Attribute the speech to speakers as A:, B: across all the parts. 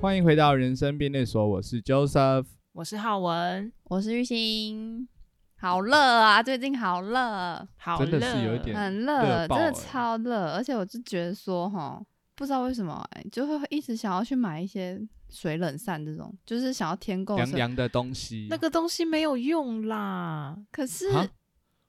A: 欢迎回到人生便利所，我是 Joseph。
B: 我是浩文，
C: 我是玉兴，好热啊！最近好热，
B: 好
A: 真的是
B: 热
A: 有一点
C: 很
A: 热
C: 热，
A: 爆
C: 真
A: 欸
C: 的超热。而且我就觉得说，哈，不知道为什么、欸，就会一直想要去买一些水冷扇这种，哦就是想要添购
A: 凉
C: 什么。
A: 凉的东西，
B: 那个东西没有用啦。
C: 可是
A: 啊，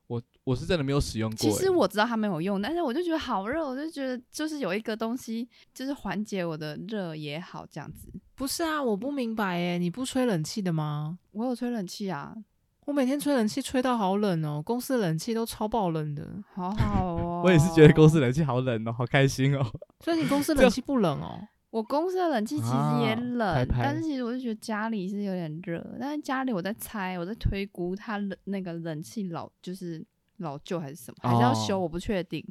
A: 我我是真的没有使用过欸。
C: 其实我知道它没有用，但是我就觉得好热，我就觉得就是有一个东西，就是缓解我的热也好，这样子。
B: 不是啊，我不明白哎，你不吹冷气的吗？
C: 我有吹冷气啊，
B: 我每天吹冷气吹到好冷哦，公司冷气都超爆冷的，
C: 好好 哦。
A: 我也是觉得公司冷气好冷哦，好开心哦。
B: 所以你公司
A: 这
B: 冷气不冷 哦？
C: 我公司的冷气其实也
A: 啊
C: 冷，
A: 拍拍
C: 但是其实我就觉得家里是有点热，但是家里我在猜，我在推估它冷那个冷气老就是老旧还是什么，还是要修，
A: 哦
C: 我不确定。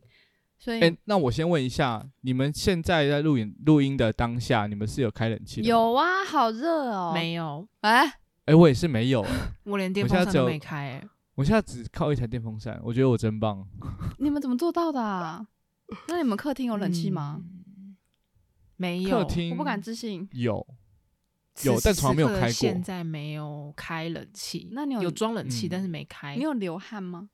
C: 所以
A: 哎、那我先问一下，你们现在在录影录音的当下，你们是有开冷气的？。
C: 有啊，好热哦。
B: 没有，
C: 哎、
A: 哎、我也是没有欸、
B: 我连电
A: 我
B: 风
A: 现在
B: 扇
A: 只
B: 都
A: 有
B: 没开欸。
A: 我现在只靠一台电风扇，我觉得我真棒。
C: 你们怎么做到的、啊？那你们客厅有冷气吗？
B: 嗯？没有，
A: 客厅
C: 我不敢置信。
A: 有，
B: 此
A: 有
B: 时
A: 但从来
B: 此
A: 没有
B: 刻
A: 开过
B: 现在没有开冷气，
C: 那你有
B: 有装冷气，
A: 嗯
B: 但是没开。
C: 你有流汗吗？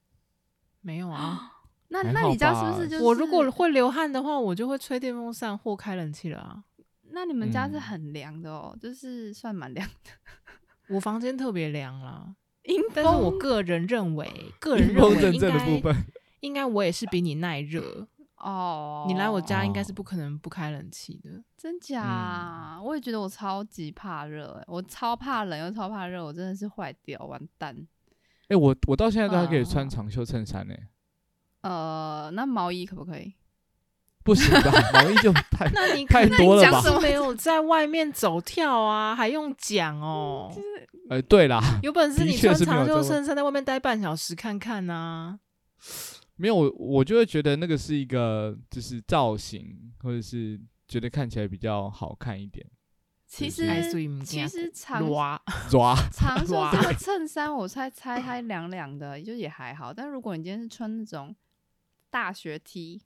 B: 没有啊？
C: 那
A: 还
C: 那
A: 好
C: 你家
A: 吧
C: 是不是就是
B: 我如果会流汗的话，我就会吹电风扇或开冷气了啊。
C: 那你们家是
A: 嗯
C: 很凉的哦，就是算蛮凉的。
B: 我房间特别凉啦，
C: 阴
B: 但是
C: 风
B: 我个人认 为，个人
A: 哦阴
B: 认
A: 风
B: 为
A: 阵
B: 应
A: 阵的部
B: 该
A: 分，
B: 应该我也是比你耐热。
C: 哦，
B: 你来我家应该是
A: 哦
B: 不可能不开冷气的。
A: 嗯
C: 真假、啊我也觉得我超级怕热、欸，我超怕冷又超怕热，我真的是坏掉，完蛋。
A: 哎、我我到现在都还可以穿
B: 啊
A: 长袖衬衫呢、欸
C: 呃，那毛衣可不可以？
A: 不行吧？毛衣就太
B: 那 你
A: 太
B: 可能
A: 多了
C: 讲
A: 吧
C: 什？么
B: 是没有在外面走跳啊，还用讲哦？
A: 呃，对啦，
B: 有本事
A: 的
B: 你
A: 确
B: 穿
A: 是没有
B: 长
A: 在
B: 袖
A: 外
B: 衬衫在外面待半小时看看啊呐、
A: 没有，我我就会觉得那个是一个就是造型，或者是觉得看起来比较好看一点。
C: 其
A: 是
C: 实
B: 爱睡不
C: 其
B: 怕
C: 实长
A: 啊
B: 哇，
A: 抓，
C: 长袖
A: 啊
B: 哇
C: 这个衬衫，我猜猜它凉凉的，就也还好。但如果你今天是穿那种大学 T，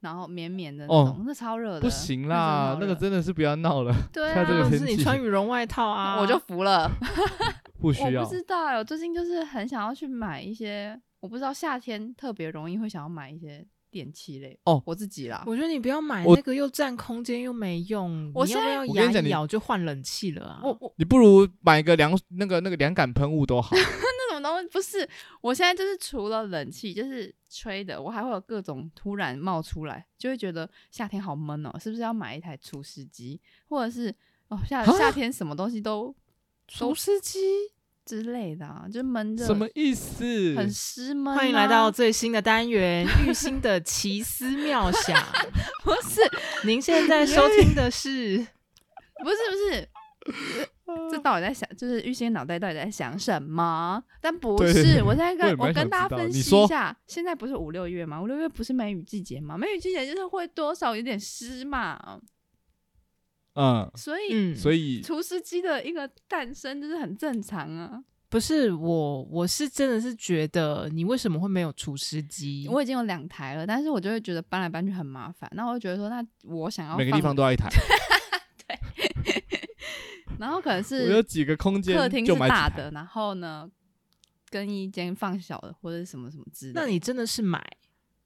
C: 然后绵绵的那
A: 哦
C: 种，那超热的，
A: 不行啦，那
C: 真
A: 个
C: 的超热
A: 真的是不要闹了，
C: 对
A: 现在这个
B: 或
C: 啊，
A: 天
B: 者 是你
A: 气
B: 穿羽绒外套啊，
C: 我就服了。
A: 不需
C: 我
A: 要
C: 不。知道欸，我最近就是很想要去买一些，我不知道夏天特别容易会想要买一些电器类。
A: 哦
C: 我自己啦，
B: 我觉得你不要买
A: 我
B: 那个又占空间又没用，
C: 我
B: 你要
C: 现
B: 不
C: 在
B: 要
A: 我跟你
B: 牙
A: 讲
B: 一
A: 你
B: 咬就换冷气了啊？
C: 我我
A: 你不如买个凉那个那个凉感喷雾都 好。
C: 那种东西不是，我现在就是除了冷气就是吹的，我还会有各种突然冒出来，就会觉得夏天好闷哦、是不是要买一台除湿机，或者是哦夏夏天什么东西都
B: 除湿机。
C: 之类的啊，就闷热，
A: 什么意思？
C: 很湿闷、啊
B: 欢迎来到，最新的单元《玉兴的奇思妙想》。
C: 不是
B: 您现在收听的 是，
C: 不是不是， 呃这到底在想，就是玉兴脑袋到底在想什么？但不
A: 对
C: 是，我现在
A: 我
C: 跟
A: 也蛮想
C: 我跟
A: 知
C: 大家
A: 道
C: 分
A: 你
C: 析
A: 说
C: 一下，现在不是五六月嘛？五六月不是梅雨季节嘛？梅雨季节就是会多少有点湿嘛，
A: 嗯，
C: 所以、
B: 嗯，
A: 所以
C: 除湿机的一个诞生就是很正常啊。
B: 不是我，我是真的是觉得你为什么会没有除湿
A: 嗯
B: 机？
C: 我已经有两台了，但是我就会觉得搬来搬去很麻烦，那我就觉得说，那我想要
A: 每个地
C: 放
A: 方都要一台，
C: 然后可能
A: 我有
C: 是
A: 几个空间
C: 客厅
A: 就是买几
C: 大
A: 台。
C: 的，然后呢，更衣间放小的或者是什么什么之类的，
B: 那你真的是买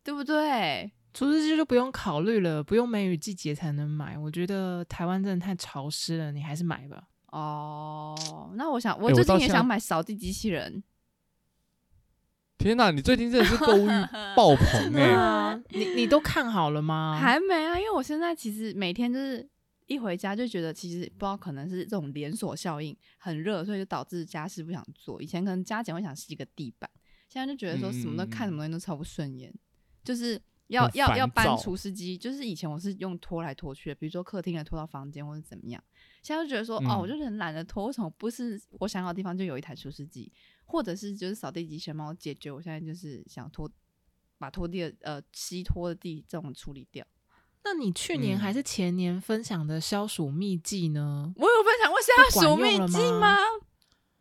C: 对不对？
B: 除湿机就不用考虑了，不用梅雨季节才能买。我觉得台湾真的太潮湿了，你还是买吧。
C: 哦，那我想，
A: 欸
C: 我
A: 我
C: 最
A: 到
C: 近也
A: 现在
C: 想买扫地机器人，
A: 天哪，你最近真的是购物欲爆 棚
B: 对
A: 哎！
B: 啊，你你都看好了吗？
C: 还没啊，因为我现在其实每天就是一回家就觉得，其实不知道可能是这种连锁效应，很热，所以就导致家事不想做。以前可能加减会想洗个地板，现在就觉得说什么都
A: 嗯嗯嗯
C: 看什么东西都超不顺眼，就是要
A: 很
C: 要要
A: 烦
C: 搬
A: 躁
C: 除湿机，就是以前我是用拖来拖去的，比如说客厅的拖到房间或者怎么样，现在就觉得说、
A: 嗯
C: 哦，我就是很懒得拖，为什么不是我想要的地方就有一台除湿机，或者是就是扫地机器人帮我解决，我现在就是想拖。把拖地的呃吸拖的地这种处理掉，
B: 那你去
A: 嗯
B: 年还是前年分享的消暑秘籍呢？
C: 我有分享过现在
B: 不管
C: 要
B: 用
C: 秘
B: 了
C: 籍
B: 吗？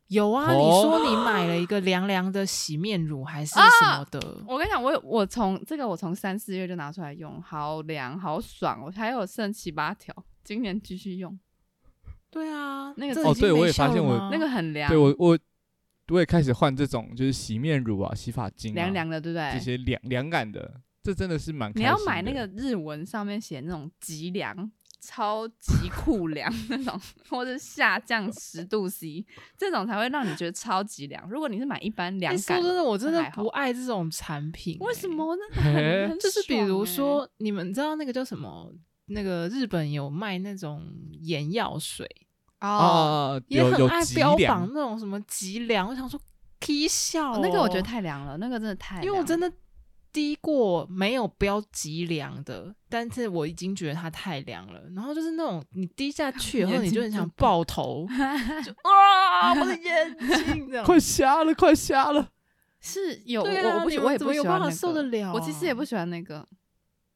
B: 有啊，你
A: 哦
B: 说你买了一个凉凉的洗面乳还是
C: 啊
B: 什么的，
C: 我跟你讲，我有我从这个我从三四月就拿出来用，好凉好爽，我还有剩七八条，今年继续用。
B: 对啊，
C: 那个
B: 这
A: 哦
B: 已经
A: 对
B: 没
A: 我也
B: 效
A: 发现
B: 了
A: 我
B: 吗哎
C: 那个很凉，
A: 对我我我也开始换这种就是洗面乳啊、洗发精、啊、
C: 凉凉的，对不
A: 这
C: 对？
A: 些凉凉感的，这真的是蛮开心
C: 你
A: 的。
C: 要买那个日文上面写那种极凉、超级酷 凉那种，或者下降十度 C 这种才会让你觉得超级凉。如果你是买一般凉
B: 哎
C: 感
B: 说真
C: 的，
B: 的，我真
C: 这
B: 的
C: 还好
B: 不爱这种产品、
C: 为什
B: 哎？
C: 么？那
A: 嘿
C: 很很
B: 就是比
C: 爽
B: 如
C: 欸，
B: 说，你们知道那个叫什么？那个日本有卖那种眼药水，
A: 啊
C: 哦，
A: 啊，啊
B: 也
A: 有有
B: 很爱
A: 极
B: 标榜
A: 凉，
B: 那种什么极凉。我想说，踢笑、
C: 哦那个我觉得，太凉了，那个真的太凉了，
B: 因为我真的滴过没有标极凉的，但是我已经觉得它太凉了。然后就是那种你滴下去以后，
C: 眼
B: 你
C: 睛
B: 就很
C: 就
B: 想
C: 爆
B: 爆 头，就啊，我的眼睛这样。
A: 快瞎了，快瞎了！
C: 是有我
B: 对
C: 我
B: 啊
C: 我不喜
B: 你
C: 我
B: 们
C: 也
B: 怎
C: 不
B: 么
C: 喜
B: 有
C: 欢
B: 办法
C: 那个，
B: 受得了
C: 我其实也
B: 啊
C: 不喜欢那个，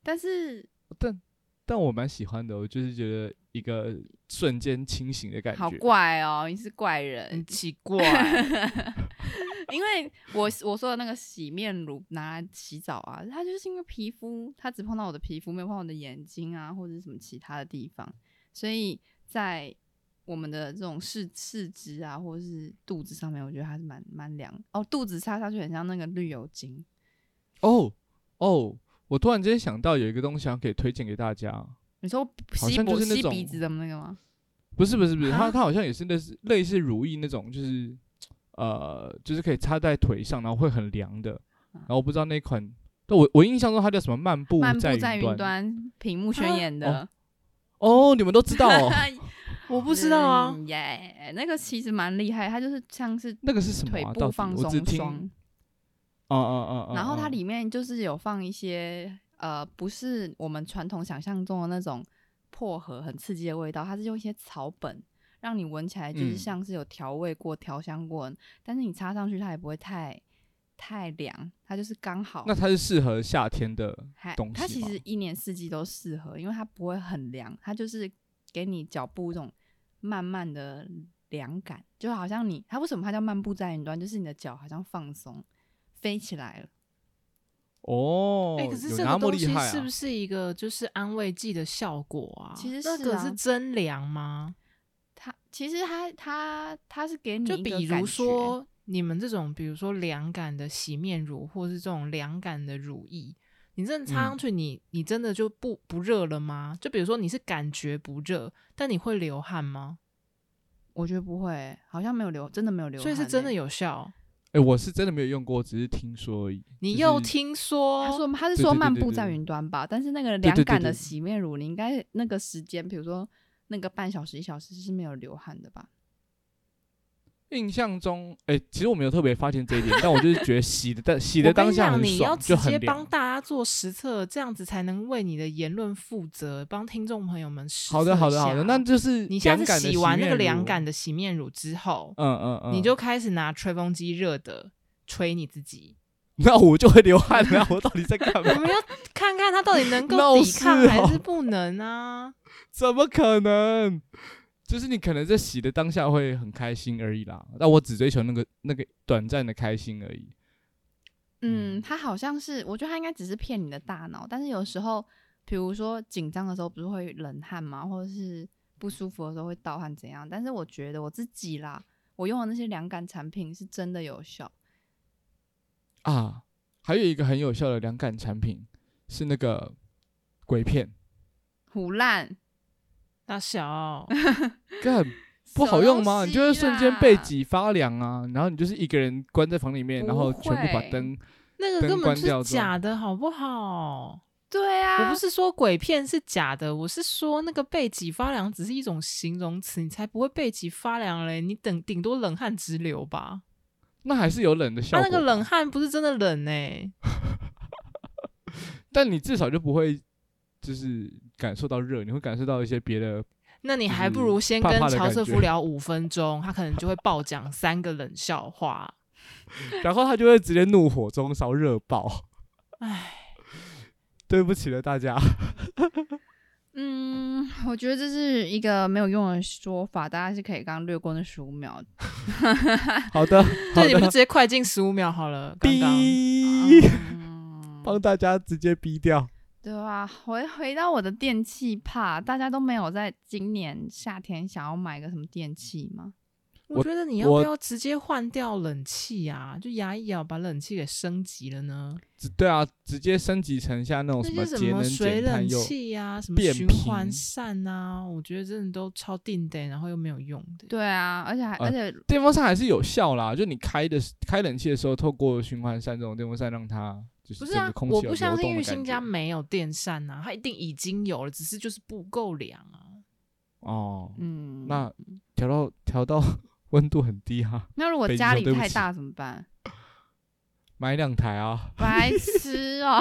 C: 但是
A: 但但我蛮喜欢的，我就是觉得一个瞬间清醒的感
C: 好
A: 觉。
C: 怪哦，你是怪人
B: 很，奇怪，
C: 因为我我说的那个洗面乳拿来洗澡啊，它就是因为皮肤，它只碰到我的皮肤，没有碰到我的眼睛啊，或者是什么其他的地方，所以在我们的这种四四肢啊，或者是肚子上面，我觉得还是蛮蛮凉哦。肚子擦上去很像那个绿油精，
A: 哦哦，我突然间想到有一个东西，好像可以推荐给大家。
C: 你说
A: 好
C: 吸
A: 像
C: 脖
A: 就是那
C: 吸
A: 种
C: 鼻子的那个吗？
A: 不是不是不是，它
B: 啊
A: 它好像也是类似类似如意那种，就是呃，就是可以插在腿上，然后会很凉的。
C: 啊
A: 然后我不知道那款，但我我印象中它叫什么漫步
C: 漫步在
A: 在
C: 云
A: 端。
C: 端，屏幕宣
B: 啊
C: 言的，
A: 哦，你们都知道 哦，
B: 我不知道啊。
C: 嗯耶，那个其实蛮厉害，它就是像是
A: 那个是什么、
C: 腿
A: 啊？到
C: 部
A: 底
C: 放
A: 我只
C: 松
A: 听，
C: 霜，
A: 哦哦哦，
C: 然后它
A: 嗯
C: 里面就是有放一些呃，不是我们传统想象中的那种薄荷很刺激的味道，它是用一些草本让你闻起来就是
A: 嗯
C: 像是有调味过、调香过，但是你插上去它也不会太太凉，它就是刚好。
A: 那它是适合夏天的
C: 还
A: 东
C: 它
A: 西
C: 其
A: 吗
C: 实一年四季都适合，因为它不会很凉，它就是给你脚步这种慢慢的凉感，就好像你它为什么它叫漫步在云端，就是你的脚好像放松飞起来了。
A: 哦。
B: 哎、可是
A: 有
B: 这
A: 那
B: 个
A: 么
B: 东
A: 厉
B: 西
A: 害啊？
B: 是不是一个就是安慰剂的效果啊？
C: 其实
B: 那
C: 是
B: 个
C: 啊
B: 是真凉吗？
C: 它其实它它它是给你
B: 就
C: 一
B: 比
C: 个感
B: 如
C: 觉
B: 说你们这种，比如说凉感的洗面乳，或是这种凉感的乳液，你真的擦上去你，你、真的就不不热了吗？就比如说你是感觉不热，但你会流汗吗？
C: 我觉得不会，好像没有流，真的没有流汗
B: 所
C: 欸、
B: 以是真的有效。
A: 哎、我是真的没有用过，只是听说而已。
B: 你
A: 就是
B: 又听说，
C: 他说他是
A: 对
C: 说
A: 对对
C: 漫
A: 对
C: 步
A: 对
C: 在
A: 对
C: 云端吧，但是那个
A: 对
C: 凉
A: 对对
C: 感的
A: 对
C: 洗面乳，你应该那个时间，比如说那个半小时一小时是没有流汗的吧？
A: 印象中，哎、其实我没有特别发现这一点，但我就是觉得洗的当洗
B: 你
A: 的当下很
B: 你要
A: 爽，
B: 直
A: 就很
B: 接帮
A: 凉。
B: 大家做实测，这样子才能为你的言论负责，帮听众朋友们实测
A: 好的，好的，
B: 一
A: 好的，
B: 下
A: 那就是
B: 你下次
A: 凉感的
B: 洗完那
A: 面
B: 个
A: 乳
B: 凉感，的洗面乳之后，
A: 嗯嗯嗯，
B: 你就开始拿吹风机热的吹你自己，
A: 那我就会流汗了、我到底在干
B: 我
A: 嘛？
B: 们要看看它到底能够
A: 闹
B: 抵
A: 事
B: 抗还
A: 哦
B: 是不能啊？
A: 怎么可能？就是你可能在洗的当下会很开心而已啦，但我只追求那个那个短暂的开心而已。
C: 嗯，
A: 嗯
C: 他好像是，我觉得他应该只是骗你的大脑，但是有时候，比如说紧张的时候不是会冷汗嘛，或者是不舒服的时候会盗汗怎样？但是我觉得我自己啦，我用的那些凉感产品是真的有效，
A: 啊，还有一个很有效的凉感产品是那个鬼片，
C: 胡烂
B: 大小，
A: 干不好用吗？你就会瞬间
C: 背
A: 背脊发凉啊，然后你就是一个人关在房里面，然
C: 不
A: 后全部把
C: 会
A: 灯。
B: 那个
A: 灯
B: 根本
A: 关
B: 就
A: 掉
B: 是
A: 之后
B: 假的，好不好？
C: 对啊，
B: 我不是说鬼片是假的，我是说那个背脊发凉只是一种形容词，你才不会背脊发凉嘞，你等顶多冷汗直流吧。
A: 那还是有冷的效
B: 它、
A: 果，
B: 那个冷，汗不是真的冷哎、
A: 但你至少就不会就是感受到热，你会感受到一些别的。
B: 那你
A: 就
B: 还不
A: 是
B: 如先
A: 嗯怕
B: 跟
A: 怕的
B: 乔
A: 感
B: 瑟
A: 觉
B: 夫聊五分钟，他可能就会爆讲三个冷笑话。
A: 然后他就会直接怒火中烧，热爆。
B: 唉，
A: 对不起了大 家，
C: 嗯，我觉得这是一个没有用的说法，大家是可以刚刚略过那十五秒。
A: 好的， 好
B: 对，你们就
A: 的，
B: 直接快进十五秒好了。刚刚
A: 逼，
C: 嗯
A: 帮大家直接逼掉。
C: 对啊，回回到我的电器怕，大家都没有在今年夏天想要买个什么电器吗？
B: 我
A: 我
B: 觉得你要
A: 我
B: 不要直接换掉冷气啊？就摇一摇，把冷气给升级了呢？
A: 只对啊，直接升级成像那种
B: 那些
A: 节
B: 什么
A: 能
B: 水
A: 减碳
B: 冷
A: 又
B: 气呀、什么
A: 变
B: 循环
A: 频
B: 扇啊，我觉得真的都超定的，然后又没有用的。
C: 对啊，而且还、
A: 呃
C: 而且
A: 电风扇还是有效啦，就你开的时开冷气的时候，透过循环扇这种电风扇让它就是
B: 不是
A: 整
B: 啊
A: 个，空气
B: 我
A: 有
B: 不相
A: 流
B: 信
A: 动的
B: 玉
A: 感
B: 兴
A: 觉
B: 家没有电扇啊，它一定已经有了，只是就是不够凉啊。
A: 哦，
C: 嗯，
A: 那调到调到 温度很低啊哈、
C: 那如果
A: 北极
C: 家
A: 熊
C: 里
A: 对不
C: 太
A: 起
C: 大怎么办？
A: 买两台啊，
C: 白痴哦、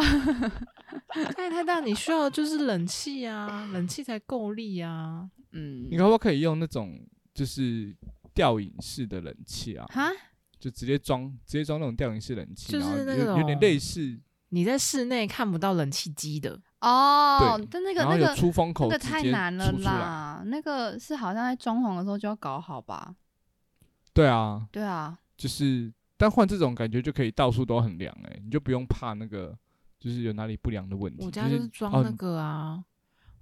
B: 太太大，你需要的就是冷气啊，冷气才够力啊。
A: 你
C: 嗯，
A: 可不可以用那种就是吊引式的冷气啊？
C: 哈，
A: 就直接装直接装那种吊引式冷气，
B: 就是
A: 然后
B: 那
A: 有有
B: 种
A: 点类似，
B: 你在室内看不到冷气机的，
C: 哦
A: 对，
C: 但那个
A: 然后
C: 那
A: 有
C: 个
A: 出风
C: 那
A: 口，
C: 个
A: 直
C: 太
A: 接
C: 难了
A: 出出来。
C: 啦，那个是好像在装潢的时候就要搞好吧？
A: 对啊，
C: 对啊，
A: 就是但换这种感觉就可以到处都很凉哎、你就不用怕那个就是有哪里不良的问题。
B: 我家
A: 就
B: 就是是装
A: 哦
B: 那个啊。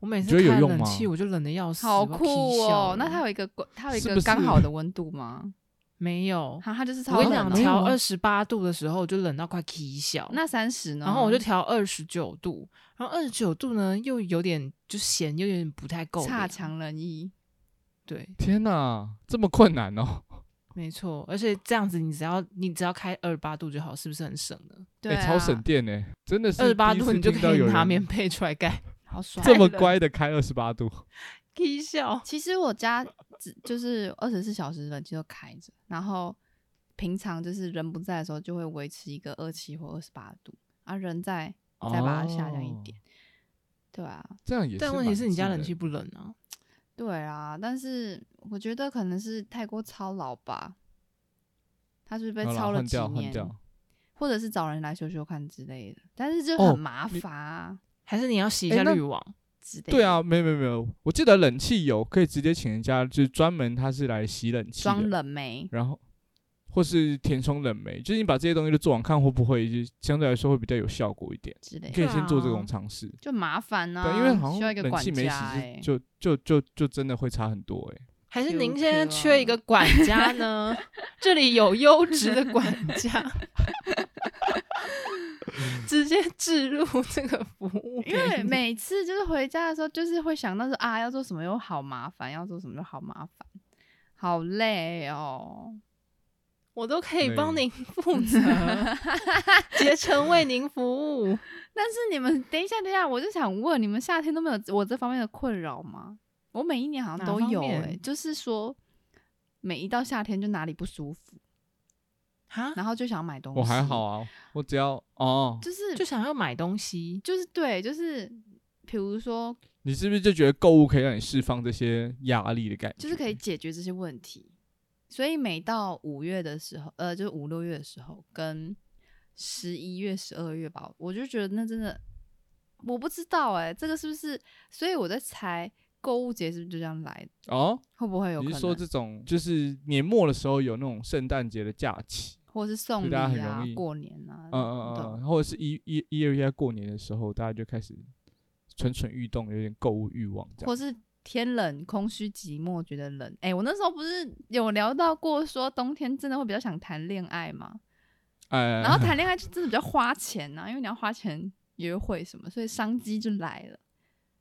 B: 我每次
A: 你觉得有
B: 开
A: 用
B: 冷
A: 吗
B: 气，我就冷的要死，
C: 好
B: 我要
C: 酷
B: 起笑
C: 哦、
B: 了
C: 那它有一个关它有一
A: 是
C: 个
A: 不是
C: 刚好的温度吗？
B: 没有？
C: 哈，它就是超
B: 我跟你
C: 冷
B: 讲，
C: 哦
B: 调二十八度的时候就冷到快起笑，
C: 那哦三十呢？
B: 然后我就调二十九度，然后二十九度呢又有点就咸，又有点不太够
C: 差
B: 凉
C: 强人意。
B: 对，
A: 天哪，这么困难哦！
B: 没错，而且这样子你只要你只要开二十八度就好，是不是很省呢？
C: 对、啊
A: 欸超省电呢、真的是
B: 二十八
A: 第一
B: 度
A: 次
B: 你就
A: 听到
B: 可以
A: 有
B: 拿
A: 人
B: 棉被出来盖，
C: 好 爽。
A: 这么乖的开二十八度，
B: 起笑。
C: 其实我家只就是二十四小时冷气都开着，然后平常就是人不在的时候就会维持一个二七或二十八度，啊，人在再把它下降一点
A: 哦，
C: 对啊，
A: 这样也是。
B: 但问题是你家冷气，不冷啊？
C: 对啊，但是我觉得可能是太过操劳吧，他是不是被
A: 好啦
C: 操了
A: 换
C: 几
A: 掉换
C: 年，
A: 掉。
C: 或者是找人来修修看之类的，但是就
A: 哦
C: 很麻
A: 你
C: 烦啊、
B: 还是你要洗一
A: 哎
B: 下
A: 那
B: 滤网？
C: 之类的。
A: 对啊，，没有没有没有，我记得冷气有可以直接请人家，就是专门他是来洗冷气
C: 装
A: 的，
C: 冷媒，
A: 然后或是填充冷媒，就是你把这些东西都做完，看会不会就相对来说会比较有效果一点。
C: 之类
A: 你
C: 的
A: 可以先做这
B: 对啊
A: 种尝试，
C: 就麻烦啊，
A: 对，因为好
C: 需要
A: 像
C: 一个
A: 冷
C: 管
A: 气没洗
C: 家、欸，
A: 就 就就就真的会差很多哎、
B: 还是
C: Q
B: 您现在
C: Q 啊
B: 缺一个管家 呢？这里有优质的管家，直接置入这个服务给
C: 因为
B: 你。
C: 每次就是回家的时候，就是会想到说啊，要做什么又好麻烦，要做什么又好麻烦，好累哦。
B: 我都可以
A: 对
B: 帮您负 责，竭诚为您服务。
C: 但是你们等一下，等一下，我就想问，你们夏天都没有我这方面的困扰吗？我每一年好像
B: 哪
C: 都
B: 方
C: 有、欸，
B: 面
C: 就是说每一到夏天就哪里不舒服，
B: 啊，
C: 然后就想买东西。
A: 我还好，啊，我只要哦，
C: 就是
B: 就
C: 就
B: 想要买东西，
C: 就是对，就是比如说，
A: 你是不是就觉得购物可以让你释放这些压力的感觉？
C: 就是可以解决这些问题。所以每到五月的时候，呃，就是五六月的时候，跟十一月、十二月吧，我就觉得那真的，我不知道哎、这个是不是？所以我在猜，购物节是不是就这样来的？
A: 哦，
C: 会不会有可
A: 你是
C: 能？
A: 说这种就是年末的时候有那种圣诞节的假期，
C: 或者是送
A: 就
C: 礼
A: 大家很
C: 啊
A: 容易、
C: 过年啊，
A: 嗯嗯
C: 对
A: 嗯，嗯，或者是一一一二月过年的时候，大家就开始蠢蠢欲动，有点购物欲望这样。
C: 或是天冷、空虚、寂寞，觉得冷。哎、我那时候不是有聊到过，说冬天真的会比较想谈恋爱嘛，
A: 哎，
C: 然后谈恋爱就真的比较花钱呐、因为你要花钱约会什么，所以商机就来了。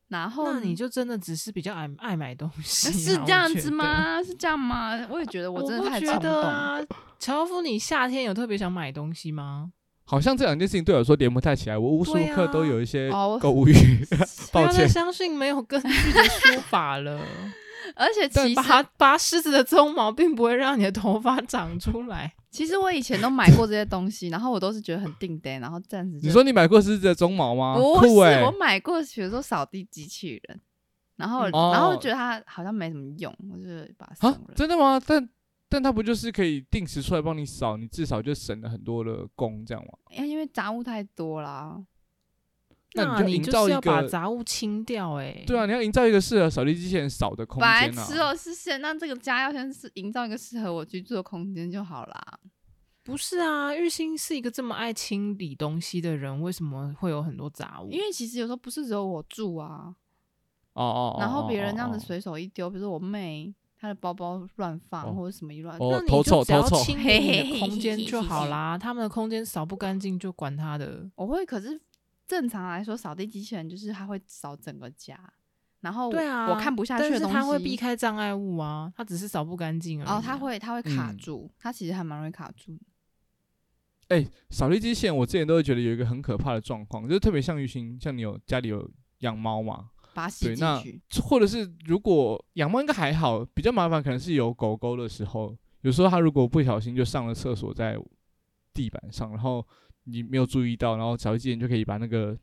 C: 然后
B: 那你就真的只是比较爱爱买东西啊、
C: 哦嗯是
B: 我
C: 这样
B: 觉
C: 子
B: 得？
C: 吗？是这样吗？我也觉得
B: 我
C: 真的
B: 不
C: 太
B: 觉
C: 冲动
B: 得
C: 了。
B: 啊。樵夫，你夏天有特别想买东西吗？
A: 好像这两件事情对我来说连不太起来，我无时
B: 对
A: 无刻
B: 啊
A: 都有一些
C: 哦我
A: 购 物欲。
B: 不
A: 抱
B: 要再
A: 歉
B: 相信没有根据的说法 了。
C: 而且
A: 但
C: 其实
B: 拔拔狮子的鬃毛，并不会让你的头发长出 来。
C: 其实我以前都买过这些东西，然后我都是觉得很定的，然后暂时就
A: 你说你买过狮子的鬃毛吗？
B: 啊
C: 不是
A: 酷
B: 欸
A: 哎、，
C: 我买过，比如说扫地机器人，然
B: 嗯
C: 后、
A: 哦
C: 然后觉得它好像没什么用，我就把它送
A: 啊
C: 了，。
A: 真的吗？但但它不就是可以定时出来帮你扫，你至少就省了很多的工，这样吗？
C: 因为因为杂物太多啦，
A: 那
B: 你
A: 你
B: 就
A: 就营造
B: 是
A: 一
B: 要把
A: 个
B: 杂物清掉、哎，
A: 对啊，，你要营造一个适合扫地机器人扫的空
C: 嗯白
A: 间
C: 痴
A: 啊。
C: 哦、是先让这个家要先是营造一个适合我居住的空间就好啦。
B: 不是啊，玉兴是一个这么爱清理东西的人，为什么会有很多杂物？
A: 嗯
C: 因为其实有时候不是只有我住啊，
A: 哦哦，哦
C: 然后别人
A: 哦
C: 这样子
A: 哦
C: 随手一丢，比如说我妹她的包包乱放、
A: 哦
C: 或者什么一乱，
A: 哦
B: 那，你
A: 头
B: 就
A: 臭
B: 只要
A: 头臭，
B: 清理你的空间就好啦。他们的空间扫不干净就管他的。
C: 我会可是正常来说，扫地机器人就是它会扫整个家，然后
B: 对啊，
C: 我看不下去
B: 但
C: 的
B: 是
C: 东西，
B: 他会避
A: 嗯
B: 开障碍物啊，他只是扫不干净而已啊、
C: 哦，它会它会卡
A: 嗯
C: 住，它其实还蛮容易卡住的。
A: 哎、扫地机器人，我之前都会觉得有一个很可怕的状况，就是特别像玉兴，像你有家里有养猫嘛，
C: 把它洗
A: 对，
C: 进
A: 那
C: 去，
A: 或者是如果养猫应该还好，比较麻烦可能是有狗狗的时候，有时候它如果不小心就上了厕所在地板上，然后你没有注意到，然后扫地机器人就可以把那个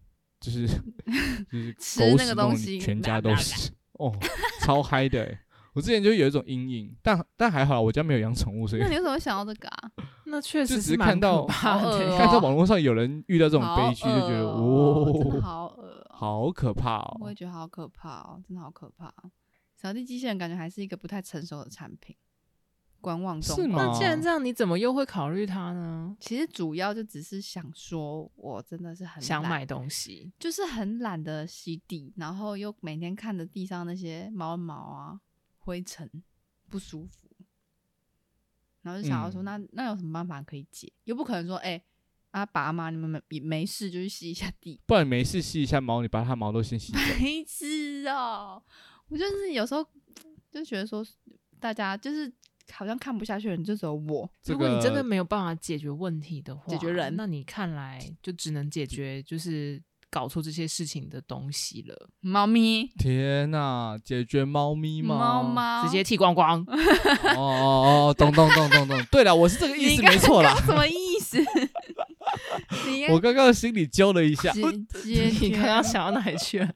A: 就是 就是
C: 吃
A: 狗屎
C: 那个
A: 弄
C: 东
A: 得你
C: 西
A: 全家
C: 嘎
A: 都
C: 嘎
A: 是，哦，超嗨的、欸，我之前就有一种阴影，但但还好我家没有养宠物，所以
C: 那 你为什么会想到这个啊？
B: 那确
A: 就
B: 实
A: 只是
B: 蛮
A: 看到
B: 可怕
C: 好
B: 的
C: 恶哦
A: 看到网络上有人遇到这种
C: 好
A: 悲剧，就觉得
C: 恶哦真的
A: 哦，
C: 好恶、哦，
A: 好可怕
C: 我
A: 哦
C: 也。觉得好可怕哦，真的好可怕、扫地机器人感觉还是一个不太成熟的产品，观望中
A: 是
C: 吧
A: 吗
B: 那既然这样，你怎么又会考虑他呢？
C: 其实主要就只是想说，我真的是很
B: 想
C: 懒
B: 买东西，
C: 就是很懒得洗地，然后又每天看着地上那些猫毛啊、灰尘，不舒服。然后就想要说，
A: 嗯
C: 那那有什么办法可以解？又不可能说，哎、啊爸妈，你们没也没事就去吸一下地，
A: 不然没事吸一下毛，你把它毛都先 吸走。
C: 没事哦。我就是有时候就觉得说，大家就是好像看不下去的人就只有我，
A: 这
B: 如果你真的
A: 个
B: 没有办法解决问题的话，
C: 解决人
B: 那你看来就只能解决就是搞出这些事情的东西了，
C: 猫咪、
A: 天呐，解决猫咪吗？
C: 猫猫，
B: 直接剃光 光。
A: 哦哦哦，懂懂懂懂懂。对了，我是这个意
C: 你
A: 思
C: 刚
A: 没错啦。
C: 什么意思？ 你应该
A: 我刚刚心里揪了一下，
C: 解解
B: 你
C: 决
B: 刚刚想到哪里去了？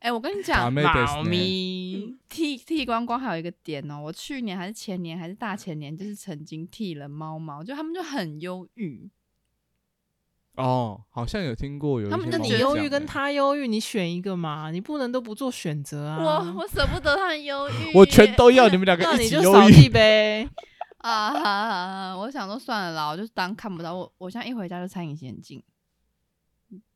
C: 哎、我跟你
A: 打
C: 讲，
A: 妹
B: 猫
A: 的呢
B: 咪，
C: 剃剃光光还有一个点哦，我去年还是前年还是大前年，就是曾经剃了猫毛，就他们就很忧郁，
A: 哦，好像有听过有一
C: 他们
A: 些
C: 就
B: 那
A: 猫
B: 你
A: 会
B: 忧
A: 这
B: 郁
A: 样
B: 跟
A: 欸，
B: 他忧郁，你选一个嘛，你不能都不做选择啊。
C: 我我舍不得他们忧郁
A: 我全都要，你们两个
B: 那
A: 一
B: 你
A: 起
B: 就
A: 忧
B: 扫
A: 郁。
B: 地呗。
C: 啊哈哈哈！我想说算了啦，我就当看不到，我我现在一回家就餐饮显镜，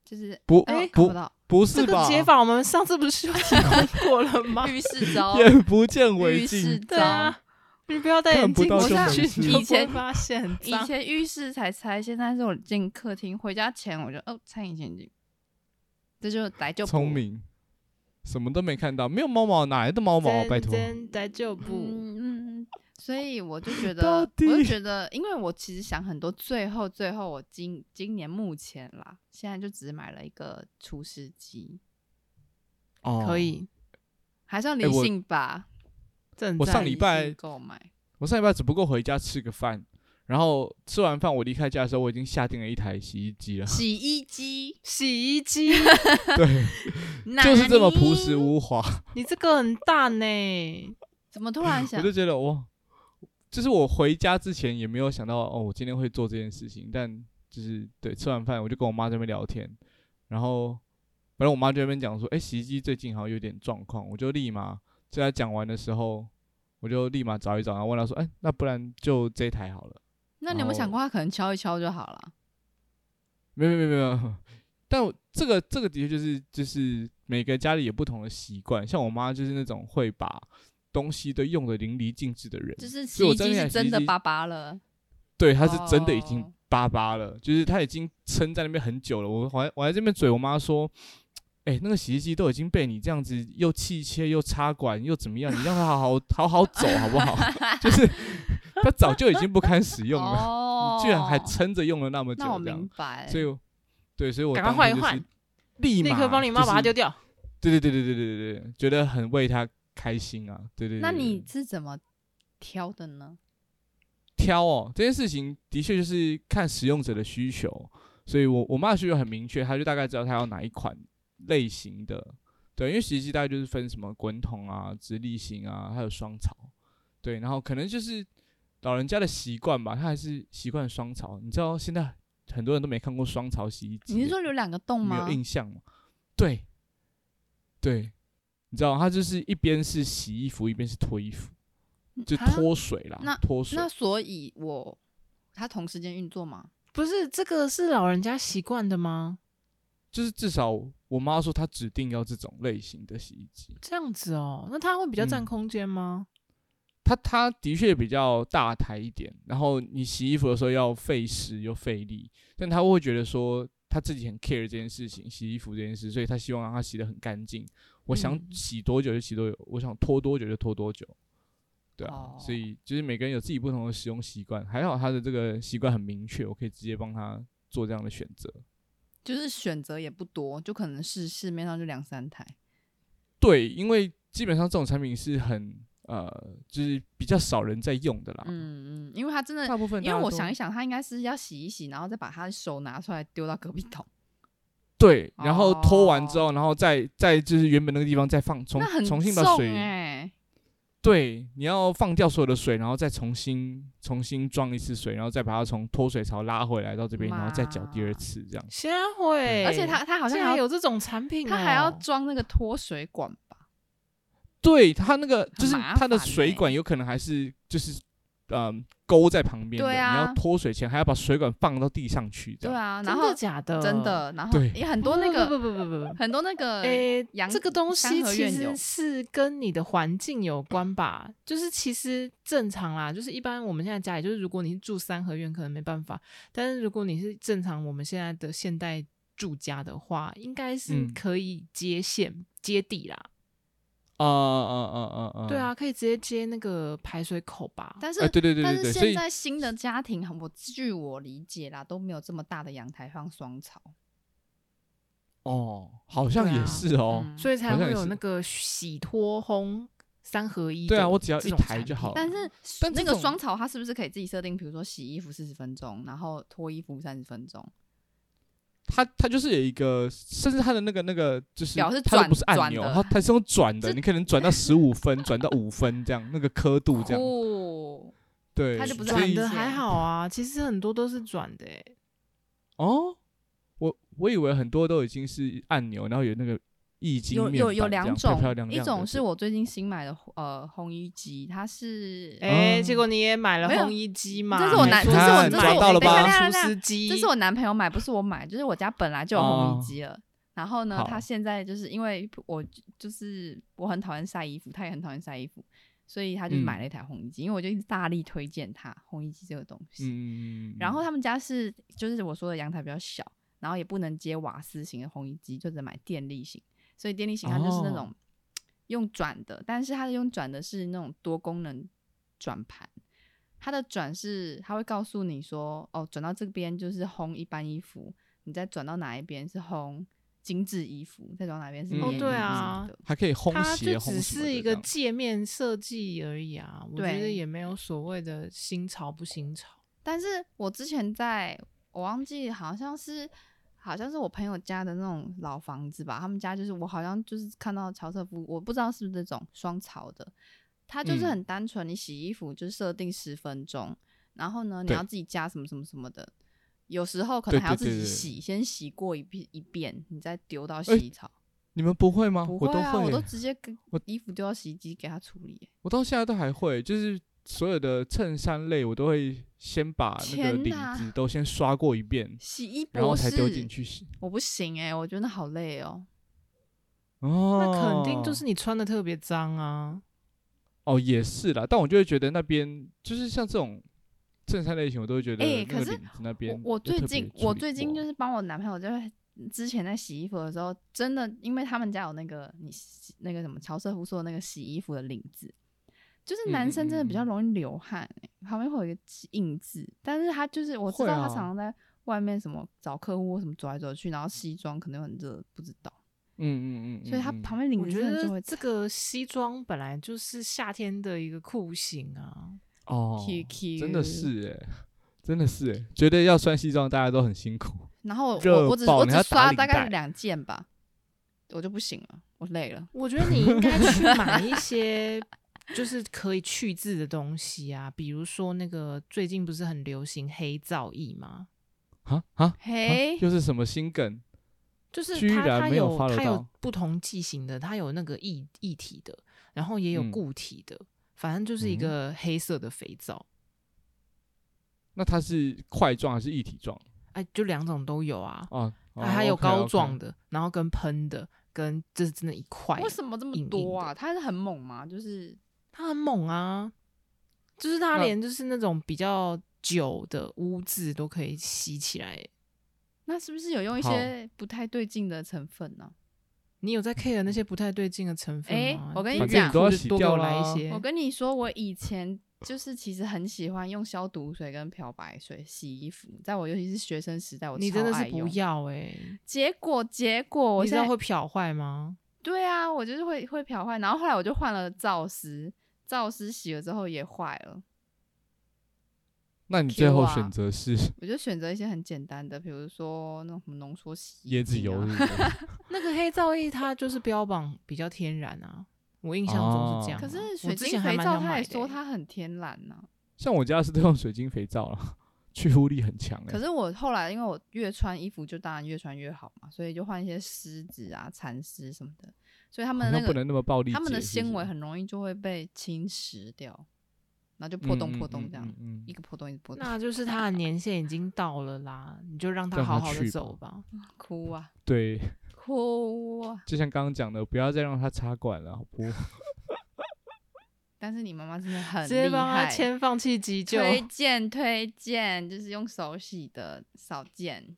C: 就是
A: 不
C: 哎、
A: 哎
C: 看
A: 不
C: 不到，
A: 不
B: 这
A: 是
B: 个
A: 吧？
B: 解法我们上次不是有提 供过了吗？
C: 浴室招，
A: 眼不见为
C: 浴室
A: 净。
B: 对
C: 招。
B: 啊，你不要戴眼镜
A: 看不到
C: 就
B: 进去，
C: 没
A: 事
B: 你就不会
C: 以前
B: 发现很
C: 以
B: 脏
C: 前浴室才拆，现在是我进客厅，回家前我就哦餐饮显镜，这就来就
A: 聪明，什么都没看到，没有猫毛，哪来的猫毛啊、拜托，
B: 真在就不
C: 嗯嗯，嗯，所以我就觉
A: 到
C: 得，我就
A: 底
C: 觉得，因为我其实想很多，最后最后我今今年目前啦，现在就只买了一个除湿机，
A: 哦
B: 可。以。
C: 还算理
A: 哎我
C: 性吧。
B: 正
A: 我
B: 在
A: 上
C: 理
A: 礼
C: 性
A: 拜
C: 购买，
A: 我上礼拜只不过回家吃个饭，然后吃完饭我离开家的时候，我已经下定了一台洗衣机了。
C: 洗衣机，
B: 洗衣 机，
A: 对，就是这么朴实
C: 哪里。
A: 无华。
B: 你这个很大呢。
C: 怎么突然
A: 我
C: 想
A: 就？觉得哇，就是我回家之前也没有想到哦，我今天会做这件事情。但就是对，吃完饭我就跟我妈这边聊天，然后反正我妈这边讲说，哎、洗衣机最近好像有点状况，我就立马就在讲完的时候，我就立马找一找，然后问她说，哎、那不然就这一台好了。
C: 那你有没有
A: 然后
C: 想过，它可能敲一敲就好了？
A: 没有没有没有没有，但我这个这个的确就是就是每个家里有不同的习惯，像我妈就是那种会把东西都用的淋漓尽致的人，
C: 就是洗
A: 所以
C: 衣
A: 我真
C: 机
A: 的
C: 是
A: 想
C: 真
A: 洗衣
C: 的
A: 机
C: 巴巴了，
A: 对，她是真的已经
C: 哦
A: 巴巴了，就是她已经撑在那边很久了。我我还我还在那边嘴我妈说。哎、那个洗衣机都已经被你这样子又气切又插管又怎么样，你让它好好好好走好不好？ 就是它早就已经不堪使用了，
C: 哦
A: 你，居然还撑着用了那么久
C: 那我
A: 这样
C: 明。白，
A: 所以我，对，所以我
B: 赶快
A: 当初
B: 换一换
A: 就是立
B: 立
A: 马
B: 刻帮你妈把它
A: 就
B: 丢
A: 是
B: 掉。
A: 对对对对对对对对，觉得很为他开心啊，对对对
C: 那
A: 对
C: 你
A: 对
C: 是怎么挑的呢？
A: 挑哦，这件事情的确就是看使用者的需求，所以我我妈的需求很明确，她就大概知道她要哪一款类型的，对，因为洗衣机大概就是分什么滚筒啊、直立型啊，还有双槽，对，然后可能就是老人家的习惯吧，他还是习惯双槽，你知道现在很多人都没看过双槽洗衣机，
C: 你是说有两个洞
A: 没
C: 吗
A: 有？印象吗？对，对，你知道它就是一边是洗衣服，一边是脱衣服，
C: 嗯
A: 就
C: 啊
A: 脱水啦，
C: 那
A: 脱水
C: 那。所以我它同时间运作吗？
B: 不是这个是老人家习惯的吗？
A: 就是至少我妈说她指定要这种类型的洗衣机，
B: 这样子哦，那它会比较占
A: 嗯
B: 空间吗？
A: 它它的确比较大台一点，然后你洗衣服的时候要费时又费力，但她会觉得说她自己很 care 这件事情，洗衣服这件事，所以她希望让它洗得很干净。我想
B: 嗯
A: 洗多久就洗多久，我想拖多久就拖多久。对啊，
C: 哦
A: 所以就是每个人有自己不同的使用习惯，还好他的这个习惯很明确，我可以直接帮他做这样的选择。
C: 就是选择也不多，就可能是市面上就两三台。
A: 对，因为基本上这种产品是很呃，就是比较少人在用的啦。
C: 嗯嗯，因为它真的，
A: 大部 分
C: 因为
A: 大家
C: 我
A: 都
C: 想一想，它应该是要洗一洗，然后再把他的手拿出来丢到隔壁桶，
A: 对，然
C: 哦
A: 后拖完之后，然后再再就是原本那个地方再放重
C: 那很
A: 重
C: 重
A: 新把水，
C: 哎、
A: 对，你要放掉所有的水，然后再重新重新装一次水，然后再把它从脱水槽拉回来到这边，然后再搅第二
C: 妈
A: 次这样。
B: 虾会，
C: 而且它它好像
B: 竟
C: 还
B: 然
C: 有
B: 有这种产品哦、
C: 它还要装那个脱水管吧？
A: 对，它那个就是
C: 麻
A: 它的
C: 烦
A: 水
C: 欸
A: 管有可能还是就是嗯勾在旁边的，
C: 对
A: 你
C: 啊
A: 要脱水前还要把水管放到地上去这
C: 对
A: 样。
C: 啊，然
B: 真
C: 后
B: 的假的？
C: 真的，然后
A: 对
C: 也很多那
B: 不
C: 个
B: 不不不不不，
C: 很多那个，
A: 呃哎
B: 诶、
C: 洋
B: 这个东西
C: 三合
B: 其
C: 院有
B: 实是跟你的环境有关吧？就是其实正常啦，就是一般我们现在家里，就是如果你是住三合院，可能没办法；但是如果你是正常我们现在的现代住家的话，应该是
A: 嗯
B: 可以接线、接地啦。
A: 啊啊啊啊啊！
B: 对，啊，可以直接接那个排水口吧？
C: 但是、
A: 哎，对对对
C: 但
A: 对对，
C: 是
A: 所
C: 现
A: 以
C: 在新的家庭，我据我理解啦，都没有这么大的阳台放双槽，
A: 哦，好像
B: 对
A: 也
B: 啊
A: 是哦。
C: 嗯
B: 所以才
A: 好像
B: 会
A: 也
B: 有
A: 是
B: 那个洗脱烘三合一的这种产品。
A: 对啊我只要一台就好了
C: 但是
A: 哦但
C: 那
A: 这
C: 个
A: 种
C: 双槽它是不是可以自己设定？比如说洗衣服四十分钟，然后脱衣服三十分钟，
A: 它它就是有一个，甚至它的那个那个就是
C: 表是
A: 它都
C: 转
A: 不是按
C: 转
A: 钮，
C: 的
A: 它它是用转的，
C: 这
A: 你可能转到十五分，转到五分这样，那个刻度这样。
C: 酷，
A: 对，
C: 它就不是
A: 所
C: 按
B: 转
A: 以
B: 的
C: 键
B: 还好啊，其实很多都是转的、欸。
A: 哦，我我以为很多都已经是按钮，然后有那个易经
C: 有
A: 面
C: 有有
A: 板这
C: 两
A: 样
C: 种
A: 漂漂亮亮的，
C: 一种是
A: 对
C: 我最近新买的呃烘衣机，它是、
B: 哎、
A: 嗯
B: 结果你也买了
C: 没有
B: 烘衣机嘛？
C: 这是我男
B: 没错
A: 这是我你这是看我抓到了吧
C: 等一下等
B: 厨
C: 一下
B: 师机，
C: 这是我男朋友买，不是我买，就是我家本来就有烘衣机了。然后呢
A: 哦好，
C: 他现在就是因为我就是我很讨厌晒衣服，他也很讨厌晒衣服，所以他就
A: 嗯
C: 买了一台烘衣机，因为我就一直大力推荐他烘衣机这个东西。
A: 嗯，
C: 然后他们家是就是我说的阳台比较小，然后也不能接瓦斯型的烘衣机，就只能买电力型。所以电力型它就是那种
A: 哦
C: 用转的，但是它的用转的是那种多功能转盘。它的转是它会告诉你说，哦，转到这边就是烘一般衣服，你再转到哪一边是烘精致衣服，再转到哪边是
A: 嗯
C: 棉
A: 哦
C: 衣
A: 对
B: 啊
C: 什么的
A: 还可以烘
B: 它
A: 鞋，
B: 就
A: 烘
B: 只
A: 什么
B: 是
A: 的
B: 一
A: 这
B: 个
A: 样
B: 界面设计而已啊，我觉得
C: 对
B: 也没有所谓的新潮不新潮。
C: 但是我之前在我忘记好像是好像是我朋友家的那种老房子吧，他们家就是我好像就是看到乔瑟夫，我不知道是不是这种双槽的，它就是
A: 嗯
C: 很单纯，你洗衣服就是设定十分钟，然后呢你
A: 对
C: 要自己加什么什么什么的。有时候可
A: 对
C: 能还要
A: 对
C: 自
A: 对
C: 己
A: 对
C: 洗，先洗过一遍一遍，你再丢到洗
A: 哎
C: 衣槽。
A: 你们不会吗？
C: 不
A: 我
C: 会
A: 都
C: 啊，我
A: 会
C: 都
A: 欸，
C: 直接跟
A: 我
C: 衣服丢到洗衣机给它处理欸。
A: 我到现在都还会，就是所有的衬衫类，我都会先把那个
C: 天
A: 领
C: 哪
A: 子都先刷过一遍，
C: 洗衣
A: 然后
C: 博
A: 才
C: 士，
A: 丢进去洗。
C: 我不行哎、我觉得好累哦、
A: 哦，
B: 那肯定就是你穿的特别脏啊，
A: 哦，也是啦，但我就会觉得那边就是像这种衬衫类型，我都会觉得
C: 哎
A: 那个
C: 可是
A: 领子那边
C: 我我
A: 要
C: 最
A: 特别
C: 近
A: 处
C: 我
A: 理
C: 最近
A: 过
C: 就是帮我男朋友，就是之前在洗衣服的时候，真的因为他们家有那个你洗那个什么乔瑟夫说的那个洗衣服的领子，就是男生真的比
A: 嗯嗯
C: 较
A: 嗯嗯
C: 容易流汗、欸，旁边会有一个印字，但是他就是我知
A: 会
C: 道
A: 啊
C: 他常常在外面什么找客户或什么走来走去，然后西装可能又很热，不知道，
A: 嗯嗯嗯嗯，
C: 所以他
A: 嗯
C: 旁边领
B: 我
C: 子
B: 觉
C: 真的就
B: 得
C: 会
B: 这个西装本来就是夏天的一个酷刑啊。
A: 哦
C: QQ
A: 真的是哎，真的是哎，觉得要穿西装大家都很辛苦。
C: 然后我
A: 热
C: 我我只
A: 爆
C: 我
A: 你
C: 只
A: 还要打
C: 刷
A: 领
C: 大
A: 带
C: 概两件吧，我就不行了，我累了。
B: 我觉得你应该去买一 些就是可以去渍的东西啊，比如说那个最近不是很流行黑皂液吗？
A: 啊啊！啊
C: 嘿，
A: 又是什么新梗？
B: 就是
A: 居
B: 它
A: 然
B: 它
A: 没有
B: 有
A: follow
B: 它有
A: 到
B: 不同剂型的，它有那个液液体的，然后也有
A: 嗯
B: 固体的，反正就是一
A: 嗯
B: 个黑色的肥皂。
A: 那它是块状还是一体状
B: 哎，就两种都有啊，
A: 啊？
B: 啊还有膏状
A: 的，
B: 的，然后跟喷的，跟这是真的一块
C: 为。什么这么
B: 硬硬
C: 多啊？
B: 的
C: 它是很猛吗？就是
B: 它很猛啊，就是它
A: 那
B: 连就是那种比较久的污渍都可以吸起来。
C: 那是不是有用一些不太对劲的成分呢、
B: 你有在
A: 嗯
B: care 那些不太对劲的成分
C: 哎
B: 吗？
C: 我跟你
B: 就是
C: 讲
B: 裤子
A: 反正你都要洗
B: 多给
A: 掉
B: 我
A: 啦
B: 来一些
C: 我。跟你说，我以前就是其实很喜欢用消毒水跟漂白水洗衣服，在我尤其是学生时代，我
B: 你
C: 超
B: 真的
C: 爱
B: 是不
C: 用。
B: 要哎、
C: 结果结果，我
B: 你知
C: 现
B: 道
C: 在
B: 会漂坏吗？
C: 对啊，我就是会会漂坏，然后后来我就换了皂丝，皂丝洗了之后也坏了，
A: 那你最后
C: Q 啊
A: 选择 是
C: 我就选择一些很简单的，比如说那种什么浓缩洗衣
A: 椰子
C: 精
A: 油
C: 啊
A: 是不是
B: 那个黑皂液它就是标榜比较天然啊，我印象中
A: 哦
B: 是这样啊、
C: 可是
B: 我
C: 水
B: 之
C: 晶
B: 前还
C: 肥
B: 蛮
C: 皂
B: 想
C: 他
B: 买
C: 也
B: 的
C: 说
B: 欸
C: 它很天然呐、
A: 像我家是都用水晶肥皂了，去污力很强、欸。
C: 可是我后来因为我越穿衣服就当然越穿越好嘛，所以就换一些丝质啊、蚕丝什么的，所以他们
A: 好
C: 那
A: 像不
C: 个
A: 哦能那么暴力解释，
C: 他们的
A: 是不
C: 纤
A: 是
C: 维很容易就会被侵蚀掉，然后就破洞破洞这样，
A: 嗯嗯嗯嗯
C: 一个破洞一个破洞，
B: 那就是它的年限已经到了啦，你就让它
A: 让它
B: 好好
A: 去吧
B: 的走吧。
C: 哭啊
A: 对，
C: 哭啊！
A: 就像刚刚讲的，不要再让它插管了，好不好？
C: 但是你妈妈 真的很
B: 直接
C: 厉
B: 帮他
C: 害，
B: 签放弃急救。
C: 推荐推荐，就是用手洗的少见，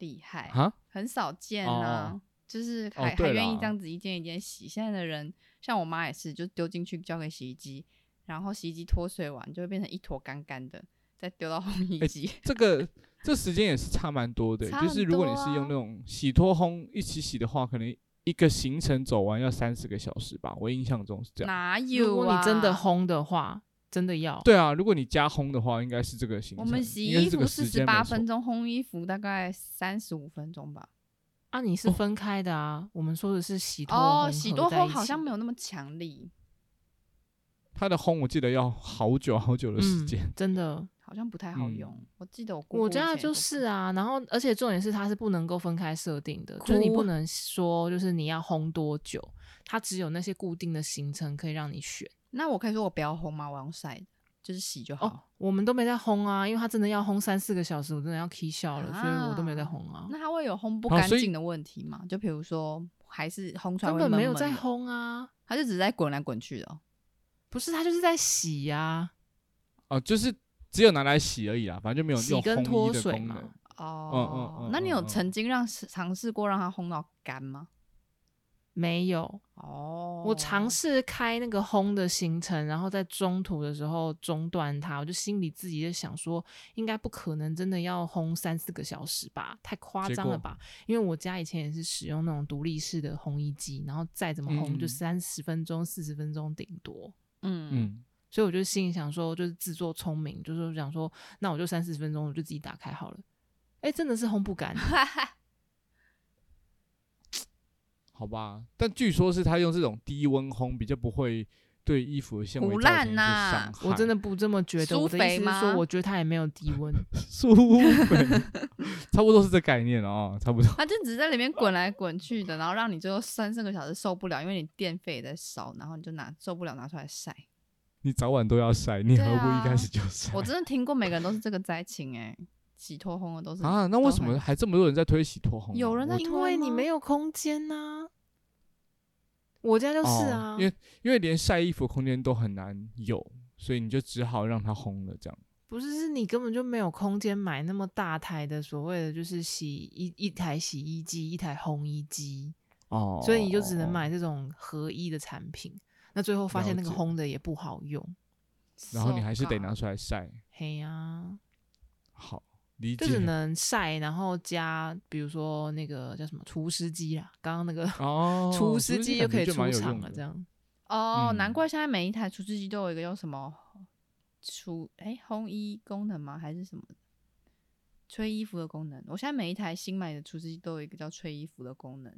C: 厉害。
A: 啊，
C: 很少见
A: 哦
C: 啊，就是还、还
A: 对
C: 愿意
A: 啦
C: 这样子一件一件洗。现在的人，像我妈也是，就丢进去交给洗衣机，然后洗衣机脱水完就会变成一坨干干的，再丢到烘衣
A: 哎
C: 机。
A: 这个这时间也是差蛮多的欸、
C: 差
A: 就是
C: 很
A: 如果
C: 多
A: 你是用
C: 啊
A: 那种洗脱烘一起洗的话，可能一个行程走完要三十个小时吧，我印象中是这样。
C: 哪
B: 如
C: 有、啊？
B: 果你真的，烘的话，真的要。
A: 对啊，如果你加烘的话，应该是这个行程。
C: 我们洗
A: 应该
C: 衣
A: 是这
C: 服
A: 个
C: 四
A: 时
C: 十
A: 间
C: 八
A: 没错
C: 分钟，烘衣服大概三十五分钟吧。
B: 啊，你
A: 哦
B: 是分开的啊。我们说的是洗脱
C: 哦，
B: 烘
C: 洗
B: 合
C: 多
B: 在
C: 烘
B: 一
C: 好像
B: 起
C: 没有那么强力，
A: 它的烘我记得要好久好久的时间。
B: 嗯，真的。
C: 好像不太好
A: 嗯
C: 用。我记得我姑姑
B: 我
C: 以
B: 家
C: 前
B: 的就
C: 也
B: 是啊，然后而且重点是它是不能够分开设定的，就是你
C: 哭
B: 不能说就是你要烘多久，它只有那些固定的行程可以让你选。
C: 那我可以说我不要烘吗？我用晒的，就是洗就好。
B: 哦，我们都没在烘啊，因为它真的要烘三四个小时，我真的要 k 笑了，所以我都没在
C: 啊
B: 烘啊，
C: 那它会有烘不
A: 好
C: 干
A: 哦所以
C: 净的问题吗？就比如说，还是烘出来
B: 根
C: 会
B: 本没有
C: 闷
B: 在
C: 闷的，
B: 烘啊，
C: 它就只是在滚来滚去的哦、
B: 不是，它就是在洗啊呀、
A: 哦、就是只有拿来洗而已啦，反正就没有
B: 洗
A: 用
B: 跟
A: 烘衣
B: 脱
A: 的
B: 水
A: 功
B: 嘛
A: 能。
C: 哦
A: 嗯嗯嗯
C: 那你有
A: 嗯嗯
C: 曾经让尝试过让它烘到干吗？
B: 没有，
C: 哦，
B: 我尝试开那个烘的行程，然后在中途的时候中断它，我就心里自己在想说，应该不可能真的要烘三四个小时吧，太夸张了吧？因为我家以前也是使用那种独立式的烘衣机，然后再怎么烘
A: 嗯
B: 就三十分钟、四十分钟顶多。
C: 嗯
A: 嗯，
B: 所以我就心里想说，就是自作聪明，就是想说，那我就三四十分钟，我就自己打开好了。哎，真的是烘不干，
A: 好吧。但据说是它用这种低温烘比较不会对衣服的纤维
C: 腐
A: 造成
C: 烂
A: 一些
C: 呐
A: 伤害。
B: 我真的不这么觉得。
C: 苏
B: 我的意
C: 肥
B: 思是
C: 吗
B: 说，我觉得它也没有低温。
A: 苏菲，差不多是这概念哦，差不多。
C: 它就只是在里面滚来滚去的，然后让你最后三四个小时受不了，因为你电费也在烧，然后你就拿受不了拿出来晒。
A: 你早晚都要晒，你
C: 对
A: 何不
C: 啊
A: 一开始就晒？
C: 我真的听过每个人都是这个灾情哎、洗脱烘的都是
A: 啊，那为什么还这么多人在推洗脱烘啊？
C: 有人在
A: 我
C: 推
B: 因为你
C: 吗
B: 没有空间呐、我家就是啊，
A: 哦因为因为连晒衣服的空间都很难有，所以你就只好让它烘了这样。
B: 不是是你根本就没有空间买那么大台的所谓的就是洗一一台洗衣机，一台烘衣机，
A: 哦，
B: 所以你就只能
A: 哦。
B: 买这种合一的产品。那最后发现那个
A: 了解
B: 烘的也不好用，
A: 然后你还是得
C: So-ka
A: 拿出来晒。
B: 嘿呀、啊，
A: 好，理
B: 就只
A: 解。
B: 能晒，然后加比如说那个叫什么除湿机啦，刚刚那个
A: 哦，
B: 除湿机就
A: 感觉
B: 可以
A: 就
B: 出
A: 蛮有
B: 场
A: 用
B: 了，
A: 的
B: 这。样。
C: 哦，难
A: 嗯
C: 怪现在每一台除湿机都有一个叫什么除哎烘衣功能吗？还是什么吹衣服的功能？我现在每一台新买的除湿机都有一个叫吹衣服的功能，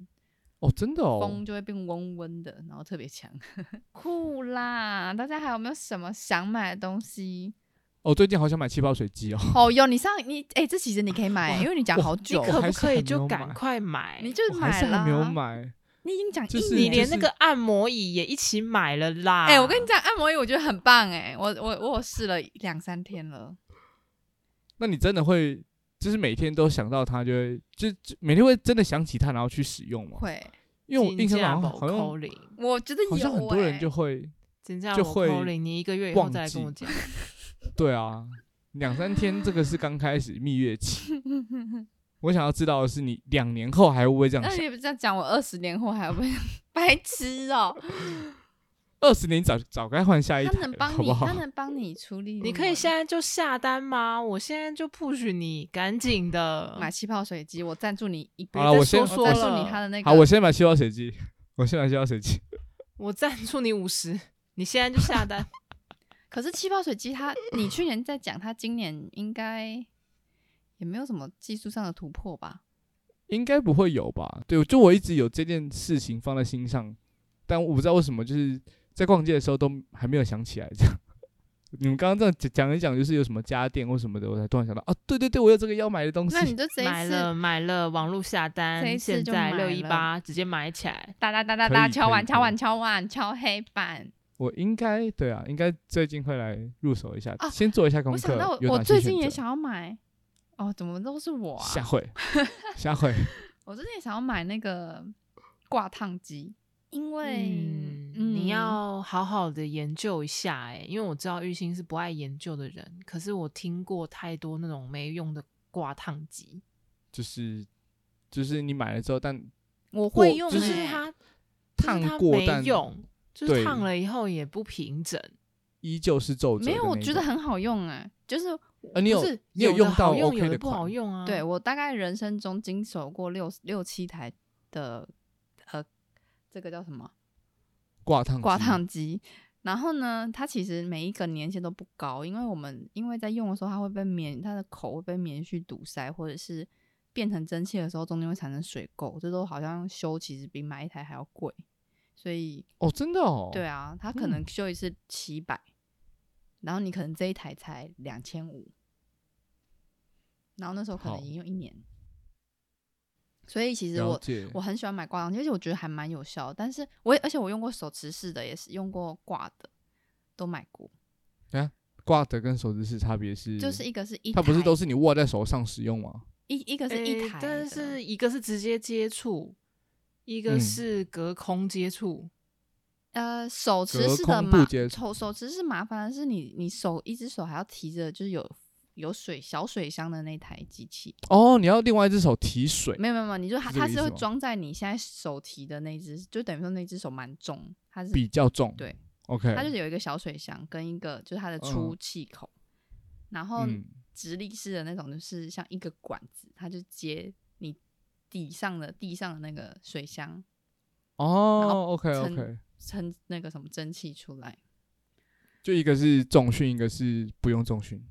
A: 哦，真的哦
C: 风，就会变嗡嗡的，然后特别强， 酷啦！大家还有没有什么想买的东西？
A: 哦，最近好想买气泡水 机哦。
C: 哦哟，你上你哎、这其实你可以买，因为你讲好
B: 你
C: 久，
A: 我
B: 可
A: 还
B: 不
A: 是
B: 可
A: 还
B: 以
A: 没
B: 就
A: 有
B: 赶
A: 买
B: 快买？
C: 你就
A: 我还
C: 买
A: 是还
C: 啦，
A: 没有买，
C: 你已经讲一
A: 就是
B: 你
C: 年
B: 连那
A: 是
B: 个按摩椅也一起买了啦。
C: 啊哎、我跟你讲，按摩椅我觉得很棒哎、我我我有试了两三天了，
A: 那你真的会就是每天都想到它，就会就就每天会真的想起它，然后去使用吗？
C: 会，
A: 因为我印象好像好
B: 扣
A: 像
B: 零，
C: 我觉得有、欸、
A: 好像很多人就会，
B: 金价
A: 就会
B: 扣零，你一个月以后
A: 忘
B: 再来跟
A: 记
B: 我讲。
A: 对啊，两三天这个是刚开始蜜月 期。我想要知道的是，你两年后还会不会这样
C: 那
A: 想？
C: 你不这样讲，我二十年后还会 白痴 哦、
A: 二十年早早该换下一
C: 他
A: 台
C: 能
A: 了，
C: 帮
A: 好
C: 你，
A: 不好
C: 他？能帮你处理。
B: 你可以现在就下单吗？我现在就 push 你，赶紧的
C: 买气泡水机，我赞助你一杯。
A: 好啦我先
C: 我
B: 说
C: 赞
B: 了
C: 助你他的那个。
A: 好，我先买气泡水机，我先买气泡水机。
B: 我赞助你五十，你现在就下单。
C: 可是气泡水机它，你去年在讲，它今年应该也没有什么技术上的突破吧？
A: 应该不会有吧？对，就我一直有这件事情放在心上，但我不知道为什么，就是在逛街的时候都还没有想起来这样。 你们刚刚这样讲讲一讲，就是有什么家电或什么的，我才突然想到啊，对对对，我有这个要买的东西
C: 那。你就 这
B: 买
C: 一次
B: 了买了，网络下
C: 这一
B: 单，
C: 次
B: 现
C: 就
B: 在
C: 买
B: 六一
C: 了
B: 八直接买起来。
C: 哒哒哒哒
A: 可
C: 哒
A: 以
C: 敲
A: 可以
C: 碗敲
A: 可
C: 碗
A: 以
C: 敲碗敲黑板。
A: 我应该对啊，应该最近会来入手一下，
C: 啊
A: 先做一下功
C: 我
A: 课
C: 想到我。
A: 有
C: 我
A: 哪些
C: 最近
A: 选
C: 也
A: 择
C: 想要买，哦，怎么都是我啊！
A: 下 回，下回
C: 我最近也想要买那个挂烫机，因为
B: 嗯，你要好好的研究一下哎、因为我知道玉兴是不爱研究的人，可是我听过太多那种没用的挂烫机，
A: 就是就是你买了之后，但
C: 我
A: 过
C: 会用欸，
B: 就是它
A: 烫
B: 就是它
A: 过
B: 没
A: 但
B: 用，就是
A: 对
B: 烫了以后也不平整。
A: 依旧是皱褶的那
C: 没
A: 一
C: 有，
A: 种。
C: 我觉得很好用哎、就是
A: 呃，你
B: 不
A: 有
B: 是
A: 你
B: 有的
A: 用到
B: 好用，有
A: OK
B: 的
A: 的
B: 不好
A: 款，
B: 用啊。
C: 对我大概人生中经手过六六七台的呃，这个叫什么
A: 挂烫
C: 挂
A: 机
C: 烫机。然后呢，它其实每一个年限都不高，因为我们因为在用的时候，它会被棉它的口会被棉絮堵塞，或者是变成蒸汽的时候，中间会产生水垢，这都好像修其实比买一台还要贵，所以
A: 哦，真的哦，
C: 对啊，它可能修一次七百、然后你可能这一台才两千五，然后那时候可能
A: 好
C: 已经用一年，所以其实
A: 了
C: 我
A: 解，
C: 我很喜欢买挂烫机，而且我觉得还蛮有效的。但是我也而且我用过手持式的，也是用过挂的，都买过。
A: 挂的跟手指式差别是，
C: 就是一个是一台，
A: 嗯它不是都是你握在手上使用吗？
C: 一一个是
B: 诶
C: 一台的，
B: 但是一个是直接接触，一个
A: 嗯
B: 是隔空接触。
C: 呃手持
A: 隔
C: 式的
A: 空
C: 麻
A: 不接
C: 手手持式麻烦的是你你手一只手还要提着，就是有有水小水箱的那台机器。
A: 哦，你要另外一只手提水，
C: 没有没有没有，你就它
A: 是这个
C: 它
A: 意
C: 是
A: 思
C: 会
A: 吗
C: 装在你现在手提的那只，就等于说那只手蛮重，它是
A: 比较重，
C: 对
A: ，OK，
C: 它就是有一个小水箱跟一个就是它的出
A: 嗯
C: 气口，然后
A: 嗯，
C: 直立式的那种，就是像一个管子，它就接你底上的地上的那个水箱，然后
A: 哦，OK
C: 撑
A: OK，
C: 撑那个什么蒸汽出来，
A: 就一个是重训，一个是不用重训，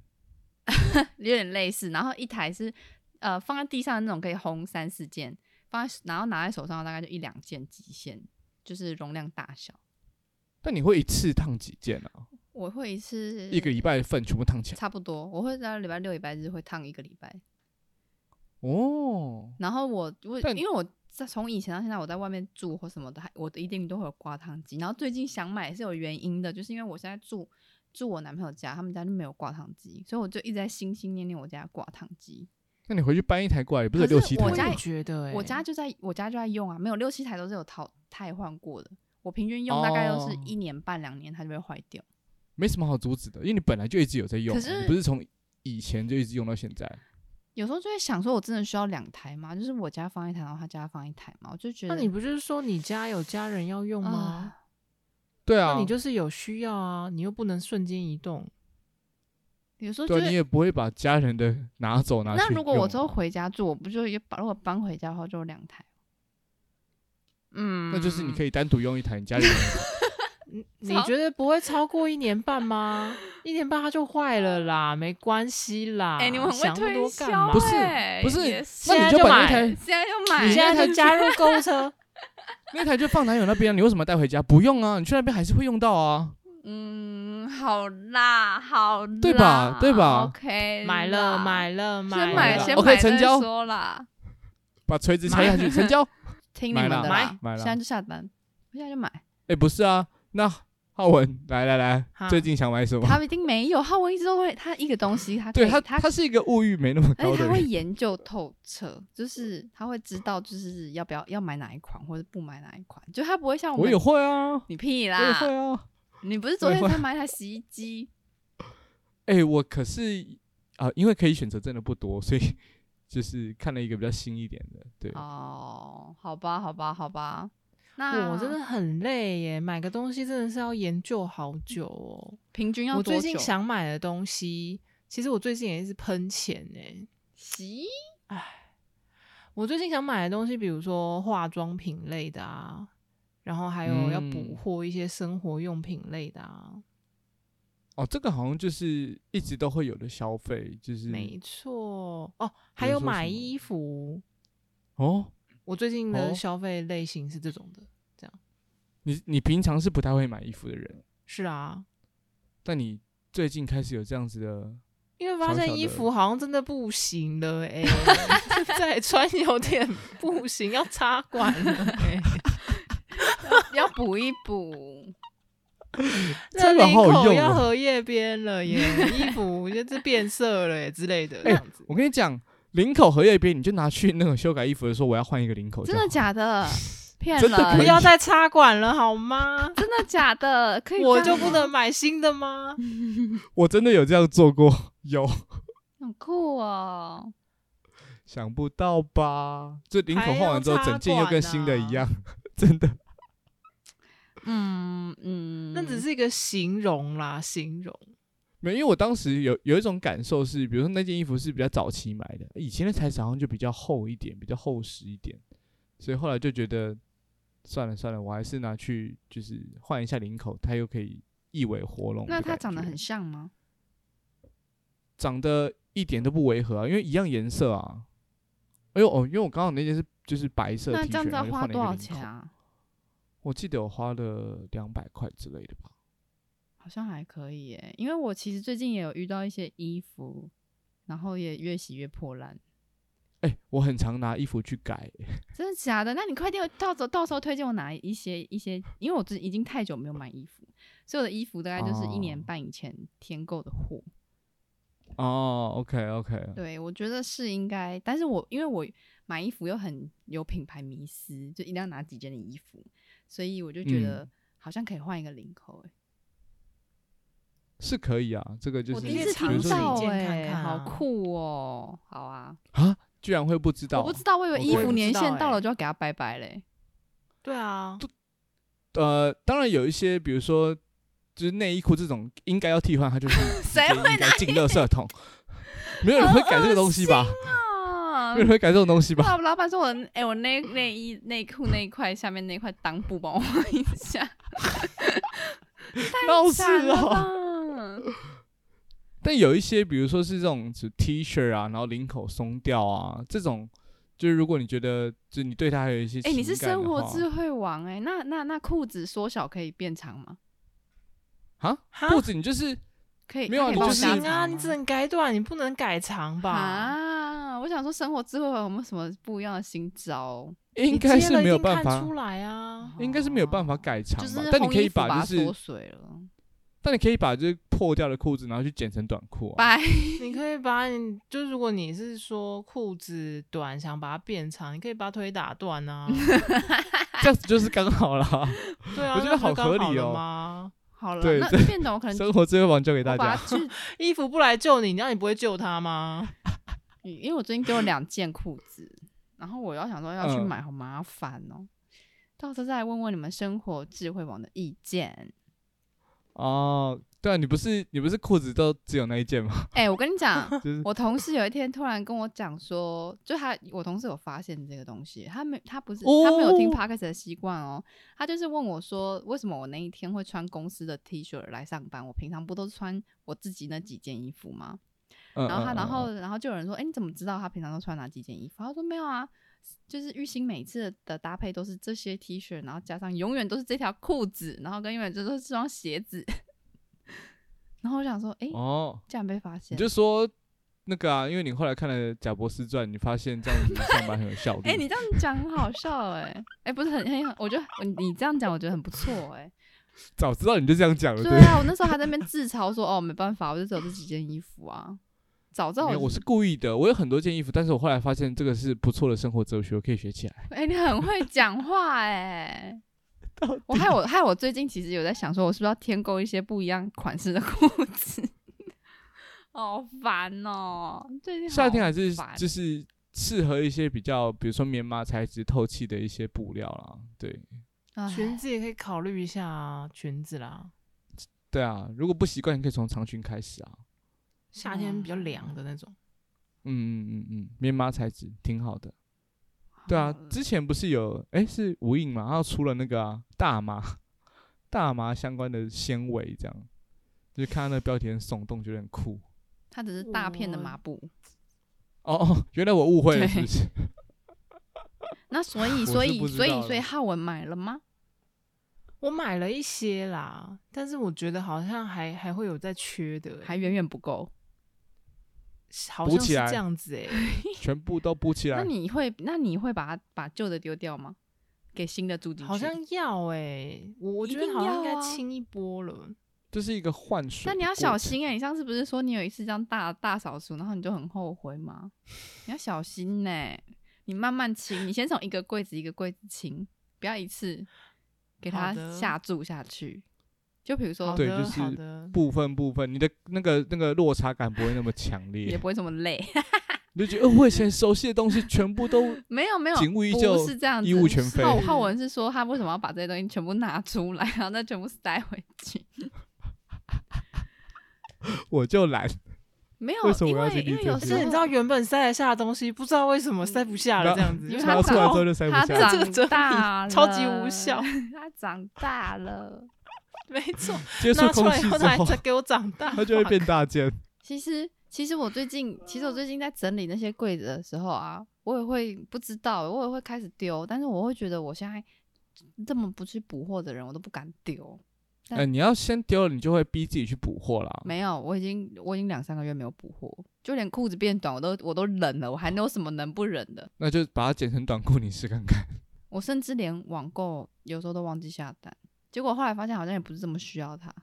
C: 有点类似。然后一台是呃放在地上的那种，可以烘三四件，放在然后拿在手上大概就一两件极限，就是容量大小。
A: 但你会一次烫几件啊？
C: 我会一次
A: 一个礼拜份全部烫起来？
C: 差不多，我会在礼拜六、礼拜日会烫一个礼拜。
A: 哦，
C: 然后我我
A: 但
C: 因为我在从以前到现在我在外面住或什么的，还我一定都会有挂烫机。然后最近想买也是有原因的，就是因为我现在住住我男朋友家，他们家就没有挂烫机，所以我就一直在心心念念我家的挂烫机。
A: 那你回去搬一台过来，不是有
C: 可是
A: 六七台
C: 我
A: 吗？
C: 家
B: 也
C: 也
B: 觉得、欸，
C: 我家就在我家就在用啊，没有六七台都是有淘汰换过的。我平均用大概都是
A: 哦
C: 一年半两年，它就会坏掉。
A: 没什么好阻止的，因为你本来就一直有在用啊，
C: 可是
A: 你不是从以前就一直用到现在。
C: 有时候就会想说，我真的需要两台吗？就是我家放一台，然后他家放一台嘛，我就觉
B: 那
C: 得
B: 你不就是说你家有家人要用吗？
C: 啊
A: 嗯对
B: 那
A: 啊，
B: 你就是有需要啊，你又不能瞬间移动。
C: 有时候觉
A: 对
C: 得
A: 啊，你也不会把家人的 拿走拿去用啊。
C: 那如果我之后回家住，我不就也把如果搬回家的话，就有两台。嗯，
A: 那就是你可以单独用一台，你家里人
B: 你你
C: 超
B: 觉得不会超过一年半吗？一年半它就坏了啦，没关系啦。
C: 哎、你们很会
B: 想那么
C: 推
B: 多
C: 销
B: 干嘛？
A: 不是
C: 哎
A: 不是
C: 也
A: 那
B: 现在
A: 你
B: 就
A: 把那
B: 买
A: 台
C: 现在就
A: 啊
C: 买，
B: 你现在才
C: 就
B: 加入购物车，
A: 那台就放男友那边啊，你为什么带回家？不用啊，你去那边还是会用到啊。
C: 嗯，好啦，好啦，
A: 对吧对吧
C: ？OK，
B: 买了买了买
C: 先
B: 了，哦
C: 买
A: 了
C: 先
A: OK，
C: 买
A: 成
C: 再
A: 交
C: 说啦，
A: 把锤子敲下去，成交。
C: 听你
A: 买
C: 们
A: 啦
C: 的啦，
A: 买买啦
C: 现在就下单，我现在就买。
A: 哎、不是啊，那浩文，来来来
B: 哈，
A: 最近想买什么？
C: 他一定没有，他我一直都会，他一个东西，他可
A: 对
C: 以
A: 他，
C: 他
A: 他是一个物欲没那么
C: 而
A: 高
C: 且
A: 的
C: 他会
A: 人。
C: 研究透彻，就是他会知道，就是要不要要买哪一款，或者不买哪一款，就他不会像
A: 我
C: 们。
A: 也会啊，我
C: 你屁
A: 也会
C: 啦！
A: 啊。
C: 你不是昨
A: 我也
C: 天
A: 会
C: 才买一台洗衣机？
A: 哎、我可是啊、因为可以选择真的不多，所以 就是看了一个比较新一点的。对，
C: 哦，好吧，好吧，好吧。那
B: 我真的很累耶，买个东西真的是要研究好久哦。
C: 平嗯均要
B: 我
C: 多久？
B: 最近想买的东西，其实我最近也是喷钱哎。
C: 洗
B: 我最近想买的东西，比如说化妆品类的啊，然后还有要补
A: 嗯
B: 货一些生活用品类的啊。
A: 哦，这个好像就是一直都会有的消费，就是
B: 没错哦，
A: 嗯比如
B: 还有
A: 说什
B: 买
A: 么
B: 衣服，
A: 哦，
B: 我最近的
A: 哦
B: 消费类型是这种的。
A: 你你平常是不太会买衣服的人，
B: 是啊，
A: 但你最近开始有这样子的，
B: 因为发
A: 小
B: 现
A: 小
B: 衣
A: 的
B: 服好像真的不行了哎、 再穿有点不行，要插管了哎、
C: 要补一补，
A: 插
B: 那
A: 管
B: 领
A: 好有
B: 口
A: 用
B: 要
A: 哦
B: 荷叶边了耶，衣服就是变色了耶之类的这
A: 哎
B: 样子。
A: 我跟你讲，领口荷叶边，你就拿去那个修改衣服的时候，我要换一个领口就
C: 真
A: 好，
C: 的 假的？骗
A: 真
C: 人！
A: 的可
B: 不
A: 以
B: 要再插管了好吗？
C: 真的假的？可以这样吗，嗯
B: 我就不能买新的吗？
A: 我真的有这样做过，有，
C: 很酷哦。
A: 想不到吧？这领口
B: 还
A: 换
B: 要
A: 完之后，
B: 插
A: 整件又
B: 管
A: 跟新的一
B: 啊
A: 样， 真的。
C: 嗯嗯，
B: 那只是一个形容啦，形容。
A: 没有，因为我当时有有一种感受是，比如说那件衣服是比较早期买的，以前的材质好像就比较厚一点，比较厚实一点，所以后来就觉得算了算了，我还是拿去就是换一下领口，它又可以一尾活龙的
C: 那
A: 感觉。
C: 它长得很像吗？
A: 长得一点都不违和啊，因为一样颜色啊。哎呦哦，因为我刚好那件是就是白色 T
C: 那
A: 恤，
C: 这样子
A: 然
C: 要
A: 后就
C: 花
A: 换了一
C: 多
A: 个
C: 少
A: 领
C: 钱
A: 口？
C: 啊？
A: 我记得我花了两百块之类的吧。
C: 好像还可以耶，因为我其实最近也有遇到一些衣服，然后也越洗越破烂，
A: 哎、我很常拿衣服去改，欸
C: 真的假的？那你快点到时候到时候推荐我哪一些一些，因为我最已经太久没有买衣服，所有的衣服大概就是一年
A: 哦
C: 半以前添购的货。
A: 哦，OK OK，
C: 对，我觉得是应该，但是我因为我买衣服又很有品牌迷思，就一定要拿几件的衣服，所以我就觉得
A: 嗯
C: 好像可以换一个领口、欸。
A: 是可以啊，这个就
C: 我
A: 是
C: 第
B: 你
C: 一
B: 可
C: 次
B: 以
A: 比
C: 听
A: 如说你
C: 到、
B: 一
C: 欸，
B: 件看看
C: 好
B: 啊
C: 酷哦！好啊，
A: 啊，居然会不知道？
C: 我不知道，我以为
A: 我
C: 衣
A: 我也
C: 服
A: 不
C: 年
B: 知道
C: 限到
B: 欸
C: 了就要给它拜拜嘞。
B: 对啊，
A: 呃，当然有一些，比如说就是内衣裤这种应该要替换，它 就是
C: 谁
A: 直接应该进垃圾桶？没有人会改这个东西吧？
C: 啊
A: 没有人会改这种东西吧？
C: 老老板说我哎、我内内衣内裤那一块下面那块裆部帮我换一下，
A: 闹事
C: 闪了
A: 哦！
C: 吧！
A: 但有一些，比如说是这种只 T 恤啊，然后领口松掉啊，这种就是如果你觉得就你对它还有一些情
C: 哎、
A: 感
C: 你是生
A: 的
C: 活
A: 话
C: 智慧王哎、那那那裤子缩小可以变长吗？
A: 啊
B: 哈
A: 裤子你就是
C: 可以，
A: 没有啊
C: 它
A: 你
B: 不
C: 可以帮
A: 就
C: 我
A: 是
C: 加
B: 行
C: 长
B: 啊，
C: 吗
B: 你只能改短，你不能改长吧？
C: 啊！我想说，生活智慧王有没有什么不一样的新招？
A: 应该是没有办
B: 看
A: 法
B: 出，来啊。
A: 应该是没有办法改长
C: 哦就
A: 吧
C: 是？
A: 但你
C: 烘
A: 可
C: 衣
A: 以
C: 服把
A: 把
C: 它
A: 就是
C: 缩水了，
A: 但你可以把这破掉的裤子，然后去剪成短裤啊。
C: 拜
B: 你可以把你就如果你是说裤子短想把它变长，你可以把腿打断啊。
A: 这样子就是刚好 啦。
B: 对 啊，
A: 我觉
B: 那
A: 得
B: 不是
A: 好合
B: 刚好
A: 理
B: 了
A: 哦
B: 吗？
C: 好了，
A: 对
C: 那
A: 这
C: 变短我可能
A: 生活智慧王教给大
C: 我
A: 家。
C: 把它去
B: 衣服不来救你，那你不会救他吗？
C: 因为我最近丢了两件裤子，然后我要想说要去
A: 嗯
C: 买，好麻烦哦。到时候再来问问你们生活智慧网的意见。
A: 哦，对啊，你不是你不是裤子都只有那一件 吗？
C: 哎、我跟你 讲，
A: 就是
C: 我同事有一天突然跟我讲说，就他我同事有发现这个东西，他没他不是他没有听
A: 哦
C: podcast 的习惯哦，他就是问我说，为什么我那一天会穿公司的 T 恤来上班？我平常不都是穿我自己那几件衣服吗？
A: 嗯，
C: 然后他，
A: 嗯
C: 然
A: 嗯
C: 后，然后就有人说：“哎、你怎么知道他平常都穿哪几件衣服？”他说：“没有啊，就是玉兴每次的搭配都是这些 T 恤，然后加上永远都是这条裤子，然后跟永远就都是这双鞋子。” 然后我想说：“哎、
A: 嗯哦，
C: 竟然被发现
A: 你！就说那个啊，因为你后来看了《贾博士传》，你发现这样子上班很有 效率。 哦
C: 哎、你这样讲很好笑哎、哎、不是很很，我觉得你你这样讲我觉得很不错哎、
A: 早知道你就这样讲了，
C: 对
A: 不
C: 啊，我那时候还在那边自嘲说，哦，没办法，我就只有这几件衣服啊。早知道
A: 没有
C: 我
A: 我
C: 是，
A: 是故意的，我有很多件衣服，但是我后来发现这个是不错的生活哲学，我可以学起 来。
C: 哎、你很会讲话哎、我害我害我最近其实有在想，说我是不是要添购一些不一样款式的裤子， 好烦哦、最近
A: 夏天还是
C: 好烦啊
A: 就是适合一些比较，比如说棉麻材质、透气的一些布料啦。对，
C: 唉
B: 裙子也可以考虑一下啊，裙子啦，
A: 对啊，如果不习惯，你可以从长裙开始啊。
B: 夏天比较凉的那种。
A: 嗯嗯嗯嗯，棉麻材质挺好的。对啊
C: 好，了
A: 之前不是有哎是无印嘛，然后出了那个、啊、大麻大麻相关的纤维，这样就看到那个标题很耸动，觉得很酷。
C: 它只是大片的
B: 我
C: 麻布。
A: 哦哦，原来我误会了，是不是？
C: 那所以
A: 我
C: 所
A: 是
C: 以
A: 不知
C: 所以
A: 道
C: 所以
A: 的
C: 浩文买了吗？
B: 我买了一些啦，但是我觉得好像还还会有在缺的欸、
C: 还远远不够。
B: 好
A: 补
B: 像是
A: 起来
B: 这样子哎、
A: 全部都补起
C: 那
A: 来。
C: 你会那你会把它把旧的丢掉吗？给新的住进去？
B: 好像要哎、我我
C: 一
B: 觉得
C: 定
B: 好像应
C: 要
B: 该
C: 啊
B: 清一波了。
A: 这是一个换水，
C: 但你要小。心哎、你上次不是说你有一次这样大大扫除，然后你就很后悔吗？你要小心呢、欸你慢慢清，你先从一个柜子一个柜子清，不要一次给它
B: 好的
C: 下注下去。就比如
B: 好
C: 说，
A: 对
B: 的，
A: 就是
B: 好的，
A: 部分部分，你的那个那个落差感不会那么强
C: 也
A: 烈，
C: 不会这么累。
A: 你就觉得、呃、我以前熟悉的东西全部都
C: 没有没有，
A: 警务依
C: 不
A: 旧
C: 是这样子。
A: 一物全非
C: 浩浩文是说他为什么要把这些东西全部拿出来，然后再全部塞回去？
A: 我就懒，
C: 没有，
A: 为什么
C: 因
A: 我要
C: 为
A: 经历
C: 因为
A: 这
C: 有
A: 些
B: 而
C: 时
B: 且
C: 候
B: 你知道原本塞得下的东西，不知道为什么塞不下了，这样子，
C: 因为
B: 就
C: 它
A: 拿
B: 是
A: 出来
C: 长
A: 嗯之后就塞不
C: 他
A: 下了。
B: 这个
C: 长大了，
B: 超级无效。
C: 他长大 了，
B: 没错，
A: 接触
B: 拿出
A: 空
B: 来
A: 气
B: 以后
A: 之
B: 它还
A: 后
B: 再，给我长大，
A: 它就会变大件。
C: 其实，其实我最近，其实我最近在整理那些柜子的时候啊，我也会不知道，我也会开始丢，但是我会觉得我现在这么不去补货的人，我都不敢丢。
A: 哎、你要先丢了，你就会逼自己去补货啦。
C: 没有，我已经我已经两三个月没有补货，就连裤子变短，我都我都忍了，我还能有什么能不忍的？
A: 那就把它剪成短裤，你试看 看。，
C: 我甚至连网购有时候都忘记下单，结果后来发现好像也不是这么需要它，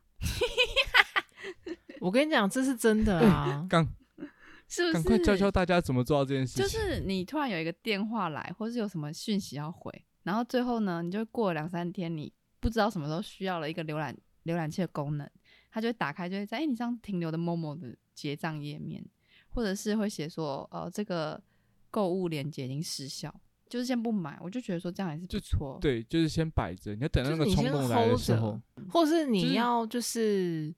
B: 我跟你讲，这是真的啊
A: 赶
C: 是不是？
A: 赶快教教大家怎么做到这件事情。
C: 就是你突然有一个电话来，或是有什么讯息要回，然后最后呢，你就过了两三天，你不知道什么时候需要了一个浏览浏览器的功能，它就会打开，就会在哎、诶你上停留的某某的结账页面，或者是会写说呃这个购物链接已经失效，就是先不买。我就觉得说这样也是不
A: 就
C: 错，
A: 对，就是先摆着，你要等到
B: 就
A: 那个
B: 是你
A: 冲
B: 先
A: 动来的
B: hold
A: 时候
B: 着。，或是
A: 就
B: 你
A: 是
B: 要就是，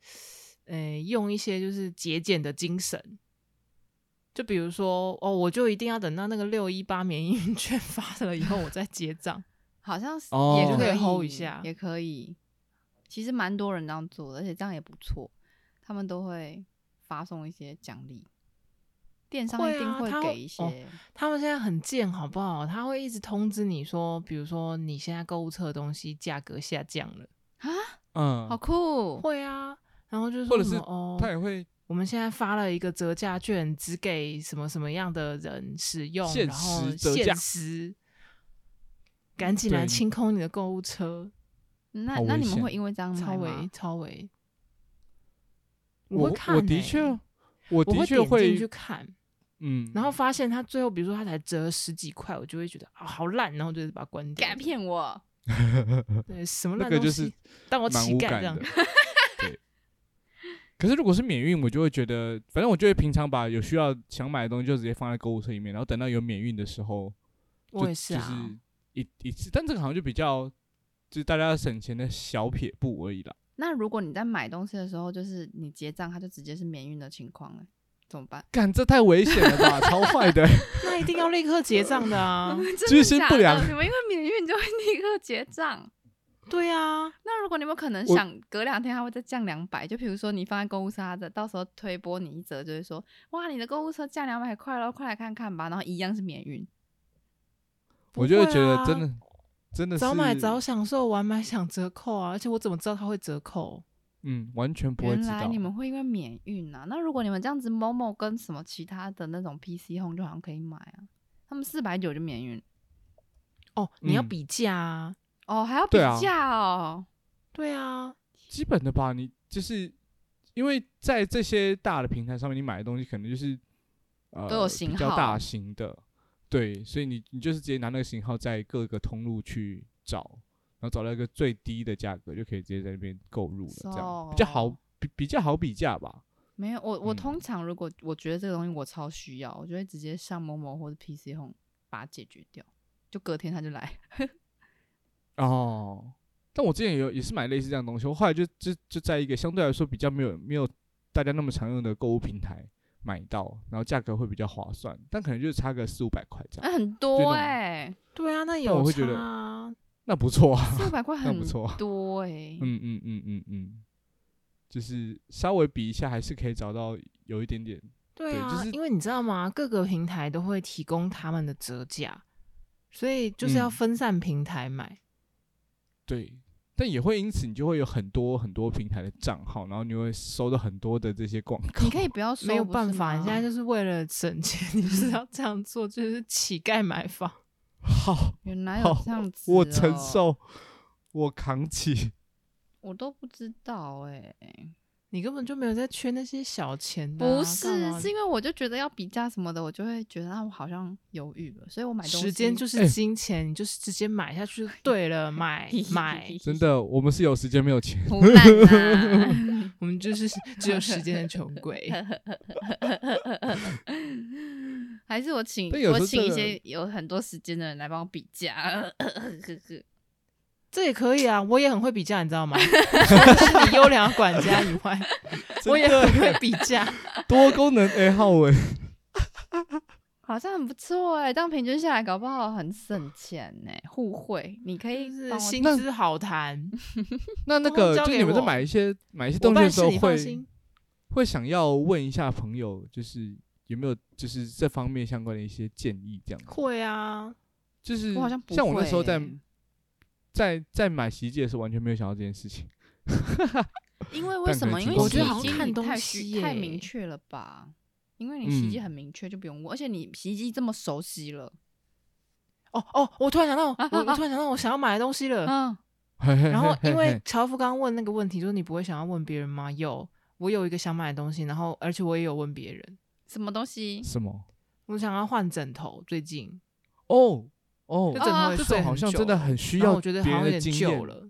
B: 呃，用一些就是节俭的精神。就比如说，哦，我就一定要等到那个六一八免疫 券发了以后，我再结账。
C: 好像是
A: 哦
C: 也
A: 就
B: 可以
C: 以
B: hold 一下
C: 也可以。其实蛮多人这样做的，而且这样也不错，他们都会发送一些奖励。电商
B: 会
C: 一定
B: 啊
C: 会
B: 他
C: 给一
B: 哦
C: 些，
B: 他们现在很贱，好不好？他会一直通知你说，比如说你现在购物车的东西价格下降了，
A: 嗯
C: 好，酷！
B: 会啊，然后就是
A: 或者是
B: 哦，
A: 它也会
B: 我们现在发了一个折价券，只给什么什么样的人使用，
A: 限
B: 然后
A: 时折价
B: 限时，赶紧来
A: 对
B: 清空你的购物车，
C: 那
A: 好
C: 那
A: 危
C: 你们
A: 险
C: 会因为这样买
B: 超维
C: 吗？
B: 超维，
A: 我
B: 会看、欸，
A: 我的确，哦我
B: 我
A: 的确
B: 点进
A: 会
B: 去，看，
A: 嗯，
B: 然后发现他最后比如说他才折十几块，我就会觉得啊、好烂，然后就是把它关掉
C: 敢，骗我？
B: 对，什么
A: 那
B: 烂
A: 个
B: 东
A: 就
B: 西，
A: 是
B: 当我
A: 蛮
B: 乞
A: 无
B: 丐
A: 感
B: 这样
A: 的，。对。可是如果是免运，我就会觉得，反正我就会平常把有需要想买的东西就直接放在购物车里面，然后等到有免运的时候，
B: 我
A: 就
B: 也是啊，
A: 就是一一次，但这个好像就比较就是大家省钱的小撇步而已啦。
C: 那如果你在买东西的时候，就是你结账，它就直接是免运的情况了，怎么办？，
A: 干，这太危险了吧，超坏的。
B: 那一定要立刻结账的啊
C: 真
A: 居
C: 的
A: 心
C: 假
A: 不良
C: 的你们因为免运就会立刻结账。
B: 对啊，
C: 那如果你们可能
A: 我
C: 想隔两天它会再降两百，就比如说你放在购物车，它的到时候推波你一折，就会说哇，你的购物车降两百块了，快来看看吧。然后一样是免运，
A: 我就会觉得
B: 不会啊
A: 真的，真的是
B: 早买早享受，晚买享折扣啊！而且我怎么知道它会折扣？
A: 嗯，完全不会
C: 原
A: 知
C: 来
A: 道
C: 你。们会因为免运啊？那如果你们这样子，某某跟什么其他的那种 PC Home 就好像可以买啊，他们四百九就免运
B: 哦，你要
A: 嗯
B: 比价啊！
C: 哦，还要比
A: 对啊
C: 价哦，
B: 对啊，
A: 基本的吧，你就是因为在这些大的平台上面，你买的东西可能就是呃
C: 都有型
A: 比较大
C: 号
A: 型的，对，所以你你就是直接拿那个型号在各个通路去找，然后找到一个最低的价格，就可以直接在那边购入了，这样比较好
C: So-
A: 比比较好比价吧。
C: 没有，我我
A: 嗯
C: 通常如果我觉得这个东西我超需要，我就会直接上某某或者 PC Home 把它解决掉，就隔天他就来。
A: 哦，但我之前也有也是买类似这样的东西，我后来就就就在一个相对来说比较没有没有大家那么常用的购物平台买到，然后价格会比较划算，但可能就差个四五百块这样，
C: 那 很
A: 就
C: 多
A: 那种
C: 哎、
B: 对啊，那
A: 我
B: 有
A: 会觉
B: 差
A: 得
B: 啊。
A: 那不错啊，
C: 四五百块
A: 那
C: 很
A: 不错啊，
C: 多哎、
A: 嗯嗯嗯嗯嗯，就是稍微比一下还是可以找到有一点点，
B: 对
A: 对
B: 啊，
A: 就是
B: 因为你知道吗？各个平台都会提供他们的折价，所以就是要
A: 嗯
B: 分散平台买。
A: 对，但也会因此你就会有很多很多平台的账号，然后你会收到很多的这些广告，
C: 你可以不要收，
B: 没有
C: 不是
B: 办法，你
C: 吗
B: 现在就是为了省钱，你就是要这样做，就是乞丐买房。
A: 好，
C: 原来有
A: 好
C: 这样子、哦
A: 我承，受，我扛 起，
C: 我都不知道哎、
B: 你根本就没有在缺那些小钱的啊、
C: 不是，
B: 干嘛
C: 是因为我就觉得要比价什么的，我就会觉得啊，我好像犹豫了，所以我买东西
B: 时间 就
A: 哎
B: 是金钱，你就是直接买下去就对了，买买，
A: 真的，我们是有时间没有钱。
C: 胡乱 啊。
B: 我们就是只有时间的穷 鬼。
C: 还是我请
A: 但有
C: 我
A: 时候
C: 请一
A: 真的
C: 些有很多时间的人来帮我比价，
B: 这也可以啊，我也很会比价，你知道 吗？除了是你优良管家以 外，我也很会比 价。
A: 多功能 A 号文，
C: 好像很不错哎、这样平均下来，搞不好很省钱呢、互惠，你可以
B: 就是
C: 哎帮我
B: 薪资好谈，
A: 那那
B: 通通
A: 个
B: 交
A: 就
B: 给
A: 你们在
B: 我
A: 买一些买一些
B: 我
A: 东西的
B: 办
A: 时
B: 事
A: 候
B: 你放
A: 会
B: 心。
A: 会想要问一下朋友，就是有没有就是这方面相关的一些建议，这样子
B: 会啊，
A: 就是
C: 我好像不
A: 像我那时候
C: 会
A: 在
C: 欸
A: 在在买洗衣机的时候，完全没有想到这件事情。
C: 因为为
A: 但
C: 什
A: 可能
C: 么？因为
A: 提供
C: 洗
A: 给
C: 衣
A: 你
C: 机
B: 看
C: 你
B: 东
C: 太虚
B: 西
C: 太
B: 耶
C: 明确了吧？因为你洗衣机
A: 嗯
C: 很明确，就不用问，而且你洗衣机这么熟悉了，
B: 哦哦，我突然想到，
C: 啊
B: 我
C: 啊
B: 我突然想到我想要买的东西 了。
C: 嗯，
A: 然
B: 然后因为樵夫刚刚问那个问题，就是你不会想要问别人吗？有，我有一个想买的东西，然后而且我也有问别人，
C: 什么东西？
A: 什么
B: 我想要换枕头，最近
A: 哦
B: 就
A: 哦
B: 枕，头
C: 啊
B: 也
A: 这
B: 睡
A: 种
B: 很
A: 好像
B: 久
A: 真的
B: 了
A: 很需
B: 然后
A: 要
B: 我觉得
A: 别
B: 好像
A: 人
B: 有
A: 的
B: 点
A: 经
B: 旧
A: 验。
B: 了。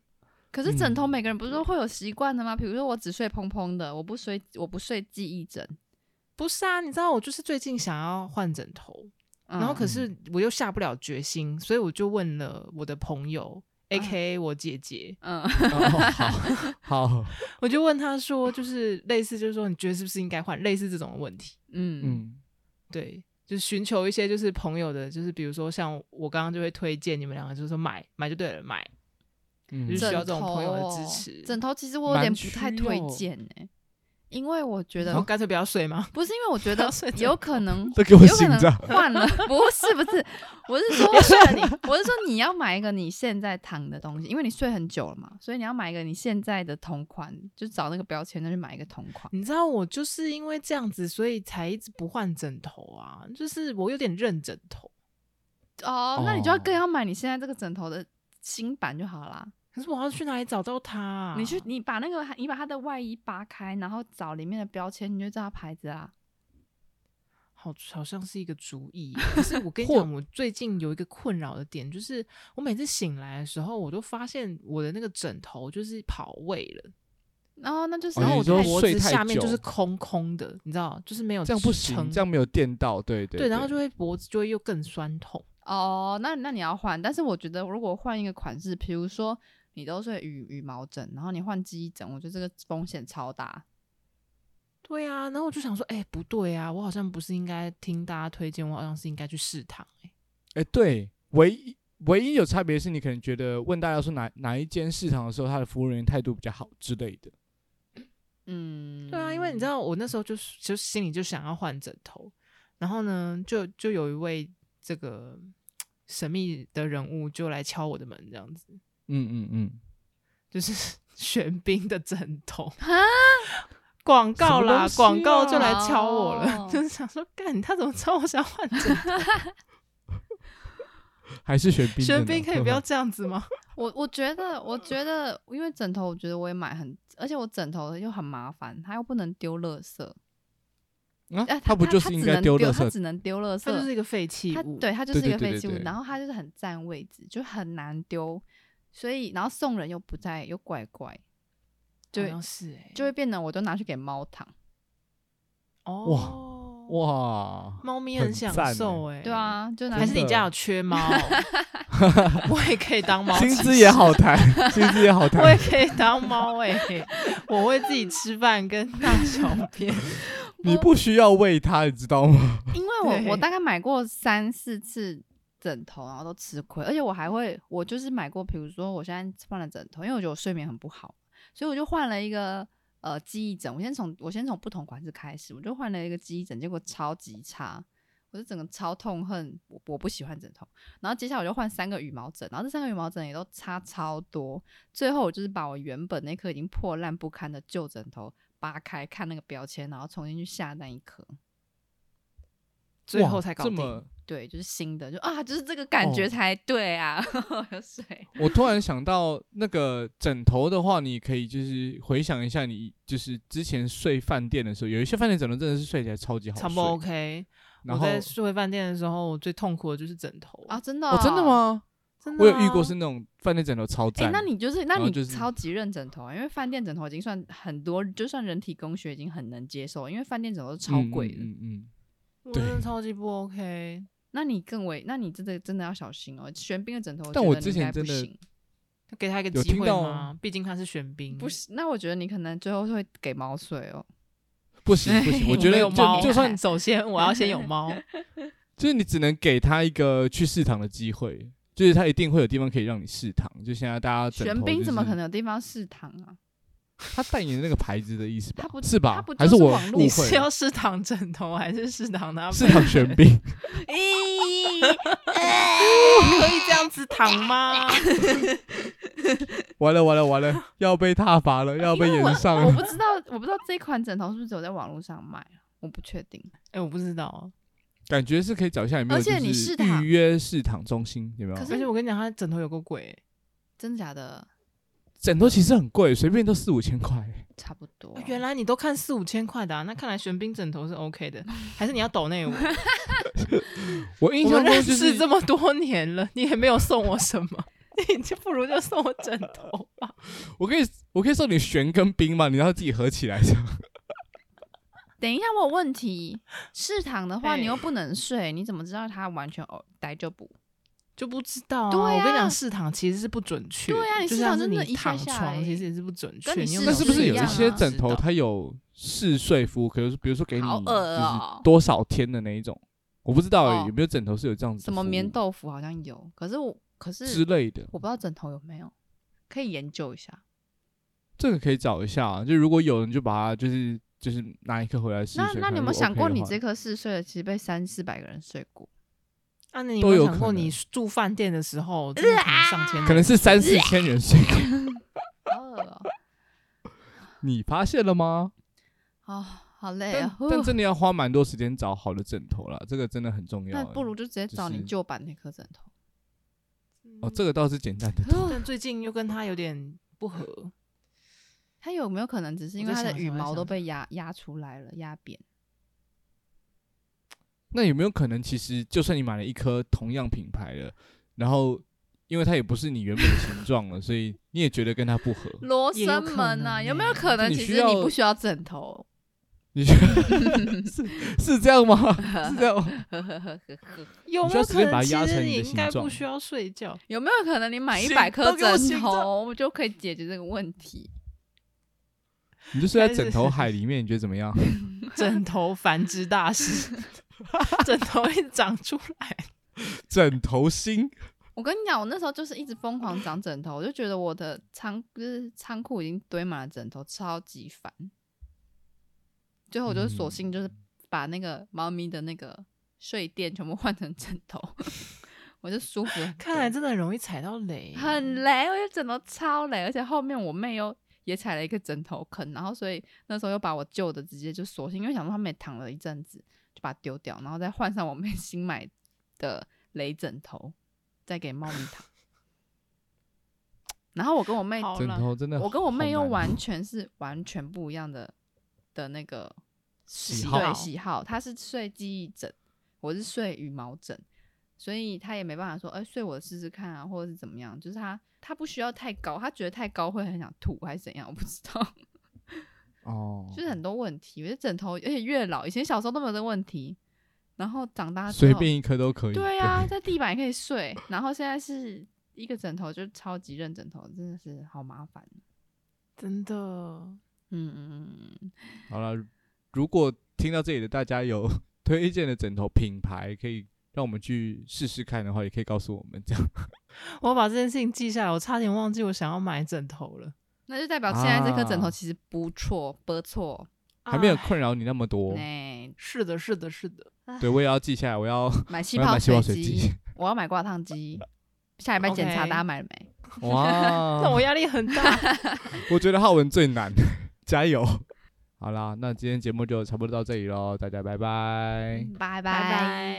C: 可是枕头
A: 嗯
C: 每个人不是都会有习惯的吗？比如说我只睡蓬蓬的，我不睡我不睡记忆枕，
B: 不是啊，你知道我就是最近想要换枕头，
C: 嗯
B: 然后可是我又下不了决心，所以我就问了我的朋友，A
C: 啊
B: K A 我姐姐，
C: 嗯，
A: 哦好好，
B: 我就问她说，就是类似就是说你觉得是不是应该换，类似这种问题，
C: 嗯，
A: 嗯，
B: 对。就是寻求一些就是朋友的，就是比如说像我刚刚就会推荐你们两个，就是说买买就对了，买
A: 嗯
B: 就是需
C: 枕
B: 要这种朋友的支
C: 头
B: 持
C: 枕头其实我有
A: 蛮
C: 点不太
A: 需
C: 推
A: 要
C: 荐呢、因为我觉
B: 然后
A: 嗯
C: 得
B: 干脆不要睡吗？
C: 不是因为我觉
B: 不 要
C: 得
B: 睡枕
C: 有可能
A: 这给我
C: 有可
A: 心
C: 能
A: 脏。
C: 换 了，不是不是，我是说睡了 你，我是说你要买一个你现在躺的东西，因为你睡很久了嘛，所以你要买一个你现在的同款，就找那个标签，那就买一个同款。
B: 你知道我就是因为这样子，所以才一直不换枕头啊，就是我有点认枕头。
C: 哦，那你就要
A: 哦
C: 更要买你现在这个枕头的新版就好啦。
B: 可是我要去哪里找到它、啊？
C: 你去，你把那个你把它的外衣扒开，然后找里面的标签，你就知道牌子啦。
B: 好，好像是一个主意耶。可是我跟你
A: 或
B: 讲，我最近有一个困扰的点，就是我每次醒来的时候，我都发现我的那个枕头就是跑位了，
C: 然后那就是
A: 哦
B: 然后
A: 你
B: 我
A: 说
B: 的脖
A: 睡
B: 子
A: 太
B: 下面就是
A: 久
B: 空空的，你知道，就是没有
A: 这样不
B: 支
A: 行，
B: 撑
A: 这样没有电到，对对
B: 对，然后就会脖子就会又更酸痛。
C: 哦，那那你要换，但是我觉得如果换一个款式，比如说你都睡羽羽毛枕，然后你换记忆枕，我觉得这个风险超大。
B: 对啊，然后我就想说，哎、不对啊，我好像不是应该听大家推荐，我好像是应该去试躺、哎，
A: 哎、对，唯一唯一有差别是你可能觉得问大家说哪哪一间食堂的时候，他的服务人员态度比较好之类的。
C: 嗯，
B: 对啊，因为你知道，我那时候就是就心里就想要换枕头，然后呢，就就有一位这个神秘的人物就来敲我的门，这样子，
A: 嗯嗯嗯，
B: 就是 玄彬的枕 头
C: 哈
B: 广告啦，
A: 什么东
B: 广
A: 西啊
B: 告就来敲我了，
C: 哦
B: 就是想说，干他怎么知道我想要换枕头？
A: 还是玄彬的呢。
B: 玄彬可以不要这样子吗？
C: 我我觉得，我觉得，因为枕头，我觉得我也买很，而且我枕头又很麻烦，它又不能丢垃圾。
A: 啊
C: 哎、，
A: 它
C: 它
A: 不
C: 它
A: 就是应该丢垃
C: 它
A: 圾？
C: 只能丢垃圾，
B: 它就是一个废弃
C: 它
B: 物。
C: 对，它就
A: 对
C: 是一
A: 对
C: 个
A: 对
C: 废
A: 对
C: 弃物，
A: 对
C: 然后它就是很占位置，就很难丢，所以然后送人又不在，又怪怪，就
B: 好像是
A: 欸
B: 哎、
C: 就会变得我都拿去给猫躺。
B: 哦，
A: 哇，
B: 猫咪
A: 很
B: 很享
A: 赞欸
B: 受哎、
C: 对，啊，就拿
B: 还是
A: 真
B: 你
A: 的
B: 家有 缺猫？ 我也可以当猫，
A: 薪资也，好谈，薪资也好
B: 我也
A: 谈。
B: 可以当猫哎、 我会自己吃饭跟大小 便。
A: 你不需要喂它，你知道吗？
C: 因为我我
B: 对
C: 大概买过三四次枕头，然后都吃亏，而且我还会，我就是买过，比如说我现在换了枕头，因为我觉得我睡眠很不好，所以我就换了一个呃记忆枕。我先从我先从不同款式开始，我就换了一个记忆枕，结果超级差。我就整个超痛恨，我我不喜欢枕头。然后接下来我就换三个羽毛枕，然后这三个羽毛枕也都差超多。最后我就是把我原本那颗已经破烂不堪的旧枕头扒开，看那个标签，然后重新去下单一颗。
B: 最
A: 哇
B: 后才搞
A: 这
B: 定
A: 么
C: 对，就是新的，就啊，就是这个感
A: 哦
C: 觉才对啊， 水。
A: 我突然想到，那个枕头的话，你可以就是回想一下，你就是之前睡饭店的时候，有一些饭店枕头真的是睡起来超级好
B: 差
A: 睡
B: 不。多 OK。我
A: 然后
B: 在睡饭店的时候，我最痛苦的就是枕头
C: 啊，，真的、
A: 哦，真的？吗？
B: 真的
A: 我有遇过
B: 啊
A: 是那种饭店枕头超
C: 哎、
A: 赞。
C: 那你就是，那
A: 然后
C: 你
A: 就是
C: 超级认枕头啊，因为饭店枕头已经算很多，就算人体工学已经很能接受，因为饭店枕头是超
A: 嗯
C: 贵
A: 嗯
C: 的。
A: 嗯嗯
B: 我真的
A: 对
B: 超级不 OK。
C: 那你更为，那你真的真的要小心哦，玄冰的枕头觉得
A: 但
C: 你
A: 我
C: 应该不
A: 之
C: 行，
A: 前真的
B: 给他一个
A: 有
B: 机
A: 听
B: 会
A: 到
B: 吗？毕竟他是玄彬，
C: 不是，那我觉得你可能最后会给猫睡哦。
A: 不行不 行，我觉
B: 没
A: 得
B: 有猫啊
A: 就就算
B: 首先我要先有猫，
A: 就是你只能给他一个去试躺的机会，就是他一定会有地方可以让你试躺。就现在大家啊枕头、
C: 玄冰怎么可？能有地方试躺啊？
A: 他代言的那个牌子的意思吧？
C: 他不
A: 是吧？
C: 他不就
A: 还
C: 是
A: 我
C: 网络
A: 误
B: 你
A: 会
B: 是
A: 了？
B: 要试躺枕头还是试躺他？
A: 试 躺玄冰，
C: 咦，
B: 呃可以这样子躺吗？
A: 完了完了完了， 要被踏伐了，要被
C: 因为
A: 延上
C: 我
A: 了。
C: 不知道，我不知道这款枕头是不是只有在网络上卖啊，我不确定。
B: 哎，我不知
A: 哦
B: 道。
A: 感觉是可以找一下有没有，
C: 而且你试躺
A: 预约试躺中心有没有
C: 可？是
B: 而且我跟你讲，他枕头有个鬼，
C: 真的假的？
A: 枕头其实很贵，随便都四五千块。
C: 差不多。
B: 啊原来你都看四五千块的啊，那看来玄彬枕头是 OK 的，还是你要抖内 我？
A: 我印
B: 我
A: 象
B: 们
A: 中
B: 认
A: 就
B: 识
A: 是
B: 这么多年了，你也没有送我什么， 你就不如就送我枕头吧。
A: 我可以我可以送你玄跟冰嘛，你让它自己合起来这样。
C: 等一下，我有问题。试躺的话，
B: 哎
C: 你又不能睡，你怎么知道它完全哦逮就补？
B: 就不知道啊。
C: 对啊
B: 我跟你讲，试躺其实是不准确的。
C: 对啊你
B: 就
C: 试躺
B: 像是
C: 真的
B: 你
C: 一下
B: 躺
C: 下
B: 床
C: 而已
B: 其实也是不准确。
C: 跟你
B: 你又
C: 试
B: 没
A: 那
C: 那
A: 是
C: 是
A: 不
C: 不
A: 是
C: 是
A: 有
C: 有
A: 一
C: 一啊
A: 些
C: 些
A: 枕
B: 枕
A: 头
B: 头
A: 它有试睡服务，可是比如说给你
C: 好恶哦
A: 就是多少天的那一种，我不知道、欸
C: 哦
A: 有没有枕头是有这样子的
C: 什么
A: 服务
C: 棉豆腐好像有，可是我可
A: 之
C: 是
A: 类的，
C: 我不知道枕头有没有，可以研究一下。
A: 这个可以找一下、啊。就如果有人就把它就是就是拿一颗回来试
C: 那
A: 睡。
C: 那你有没有
A: 看
C: 想
A: 如果
C: 过，你
A: OK
C: 这
A: 的话
C: 颗嗜睡的其实被三四百个人睡过？
B: 啊，那你有
A: 都
B: 没有
A: 有
B: 想
A: 可
B: 过你
A: 能啊
B: 住饭店的时候，真的可能上千人，
A: 可 能是三四千人睡过？
C: 好恶哦，
A: 你发现了吗？
C: 哦好累
A: 但
C: 啊！
A: 但
C: 呼
A: 真的要花蛮多时间找好的枕头啦，这个真的很重要欸、
C: 那不如就直接找
A: 就
C: 你
A: 是
C: 旧版那颗枕头。
A: 哦，这个倒是简单的。
C: 呼
B: 但最近又跟他有点不合，
C: 它有没有可能只是因
B: 我
C: 为
B: 在
C: 它的
B: 想
C: 羽
B: 我在
C: 毛
B: 想
C: 都被压压出来了，压扁？
A: 那有没有可能，其实就算你买了一颗同样品牌的，然后因为它也不是你原本的形状了，所以你也觉得跟它不合，
C: 罗
B: 也有
C: 生
B: 可
C: 门
B: 能
C: 啊，
B: 欸
C: 有没有可能
A: 你
C: 其
A: 需
C: 实你
A: 要
C: 不需要枕头？
A: 你觉得是是这样吗？ 是这样吗？
C: 呵呵呵呵呵。
B: 有
A: 需
B: 没
A: 要
B: 有
A: 直
B: 可
A: 接把
B: 能
A: 它
B: 其
A: 压
B: 实
A: 成你
B: 你
A: 的
B: 应
A: 形
B: 该不
A: 状
B: 需要睡觉？
C: 有没有可能你买一
B: 行
C: 百
B: 都
C: 颗
B: 给我
C: 枕
B: 行
C: 头，我们就可以解决这个问题？
A: 你就睡在枕头海里面，你觉得怎么 样？
B: 枕头繁殖 大师，枕头一直长出来，
A: 枕头心，
C: 我跟你讲，我那时候就是一直疯狂长枕头，我就觉得我的仓就是仓库已经堆满了枕头，超级烦。最后我就索
A: 嗯
C: 性就是把那个猫咪的那个睡垫全部换成枕头， 我就舒服很
B: 看
C: 多
B: 来真的很容易踩到雷。
C: 很雷，我觉得枕头超雷，而且后面我妹又也踩了一个枕头坑，然后所以那时候又把我旧的直接就索性，因为想说他们也躺了一阵子，就把它丢掉，然后再换上我妹 新买的雷枕头，再给猫咪躺。 然后我跟我妹，
B: 好
A: 枕
B: 了
A: 头真的好，
C: 哦我跟我妹
A: 好
C: 又
A: 难哦
C: 完全是完全不一样的的那个
A: 喜
B: 好
C: 对喜好，她是睡记忆枕，我是睡羽毛枕，所以她也没办法说，哎、睡我试试看啊，或者是怎么样，就是她她不需要太高，她觉得太高会很想吐还是怎样，我不知道，
A: 哦，
C: 就是很多问题。我觉得枕头，而且越老，以前小时候都没有这个问题，然后长大之
A: 随
C: 后
A: 便一颗都可以。
C: 对 啊，在地板也可以睡，然后现在是一个枕头就超级认枕头，真的是好麻烦。
B: 真的，
C: 嗯嗯嗯嗯，
A: 好了，如果听到这里的大家有 推荐的枕头品牌，可以让我们去试试看的话，也可以告诉我们。这样
B: 我把这件事情记下来，我差点忘记我想要买枕头了，
C: 那就代表现在这颗枕头
A: 啊
C: 其实不错，不错。
A: 还没有
C: 啊
B: 哎
A: 困扰你那么多。
C: 哎，
B: 是的，是的，是的。
A: 对，我也要记下来，我 要
C: 买气
A: 我要
C: 泡
A: 买气泡水
C: 机
A: 机，
C: 我要买挂烫机。下礼拜检查
B: OK
C: 大家买了没？
A: 哇！
B: 那我压力很大，
A: 我觉得浩文最难， 加油！好啦，那今天节目就差不多到这里喽，大家拜拜。
B: 拜
C: 拜
B: 拜。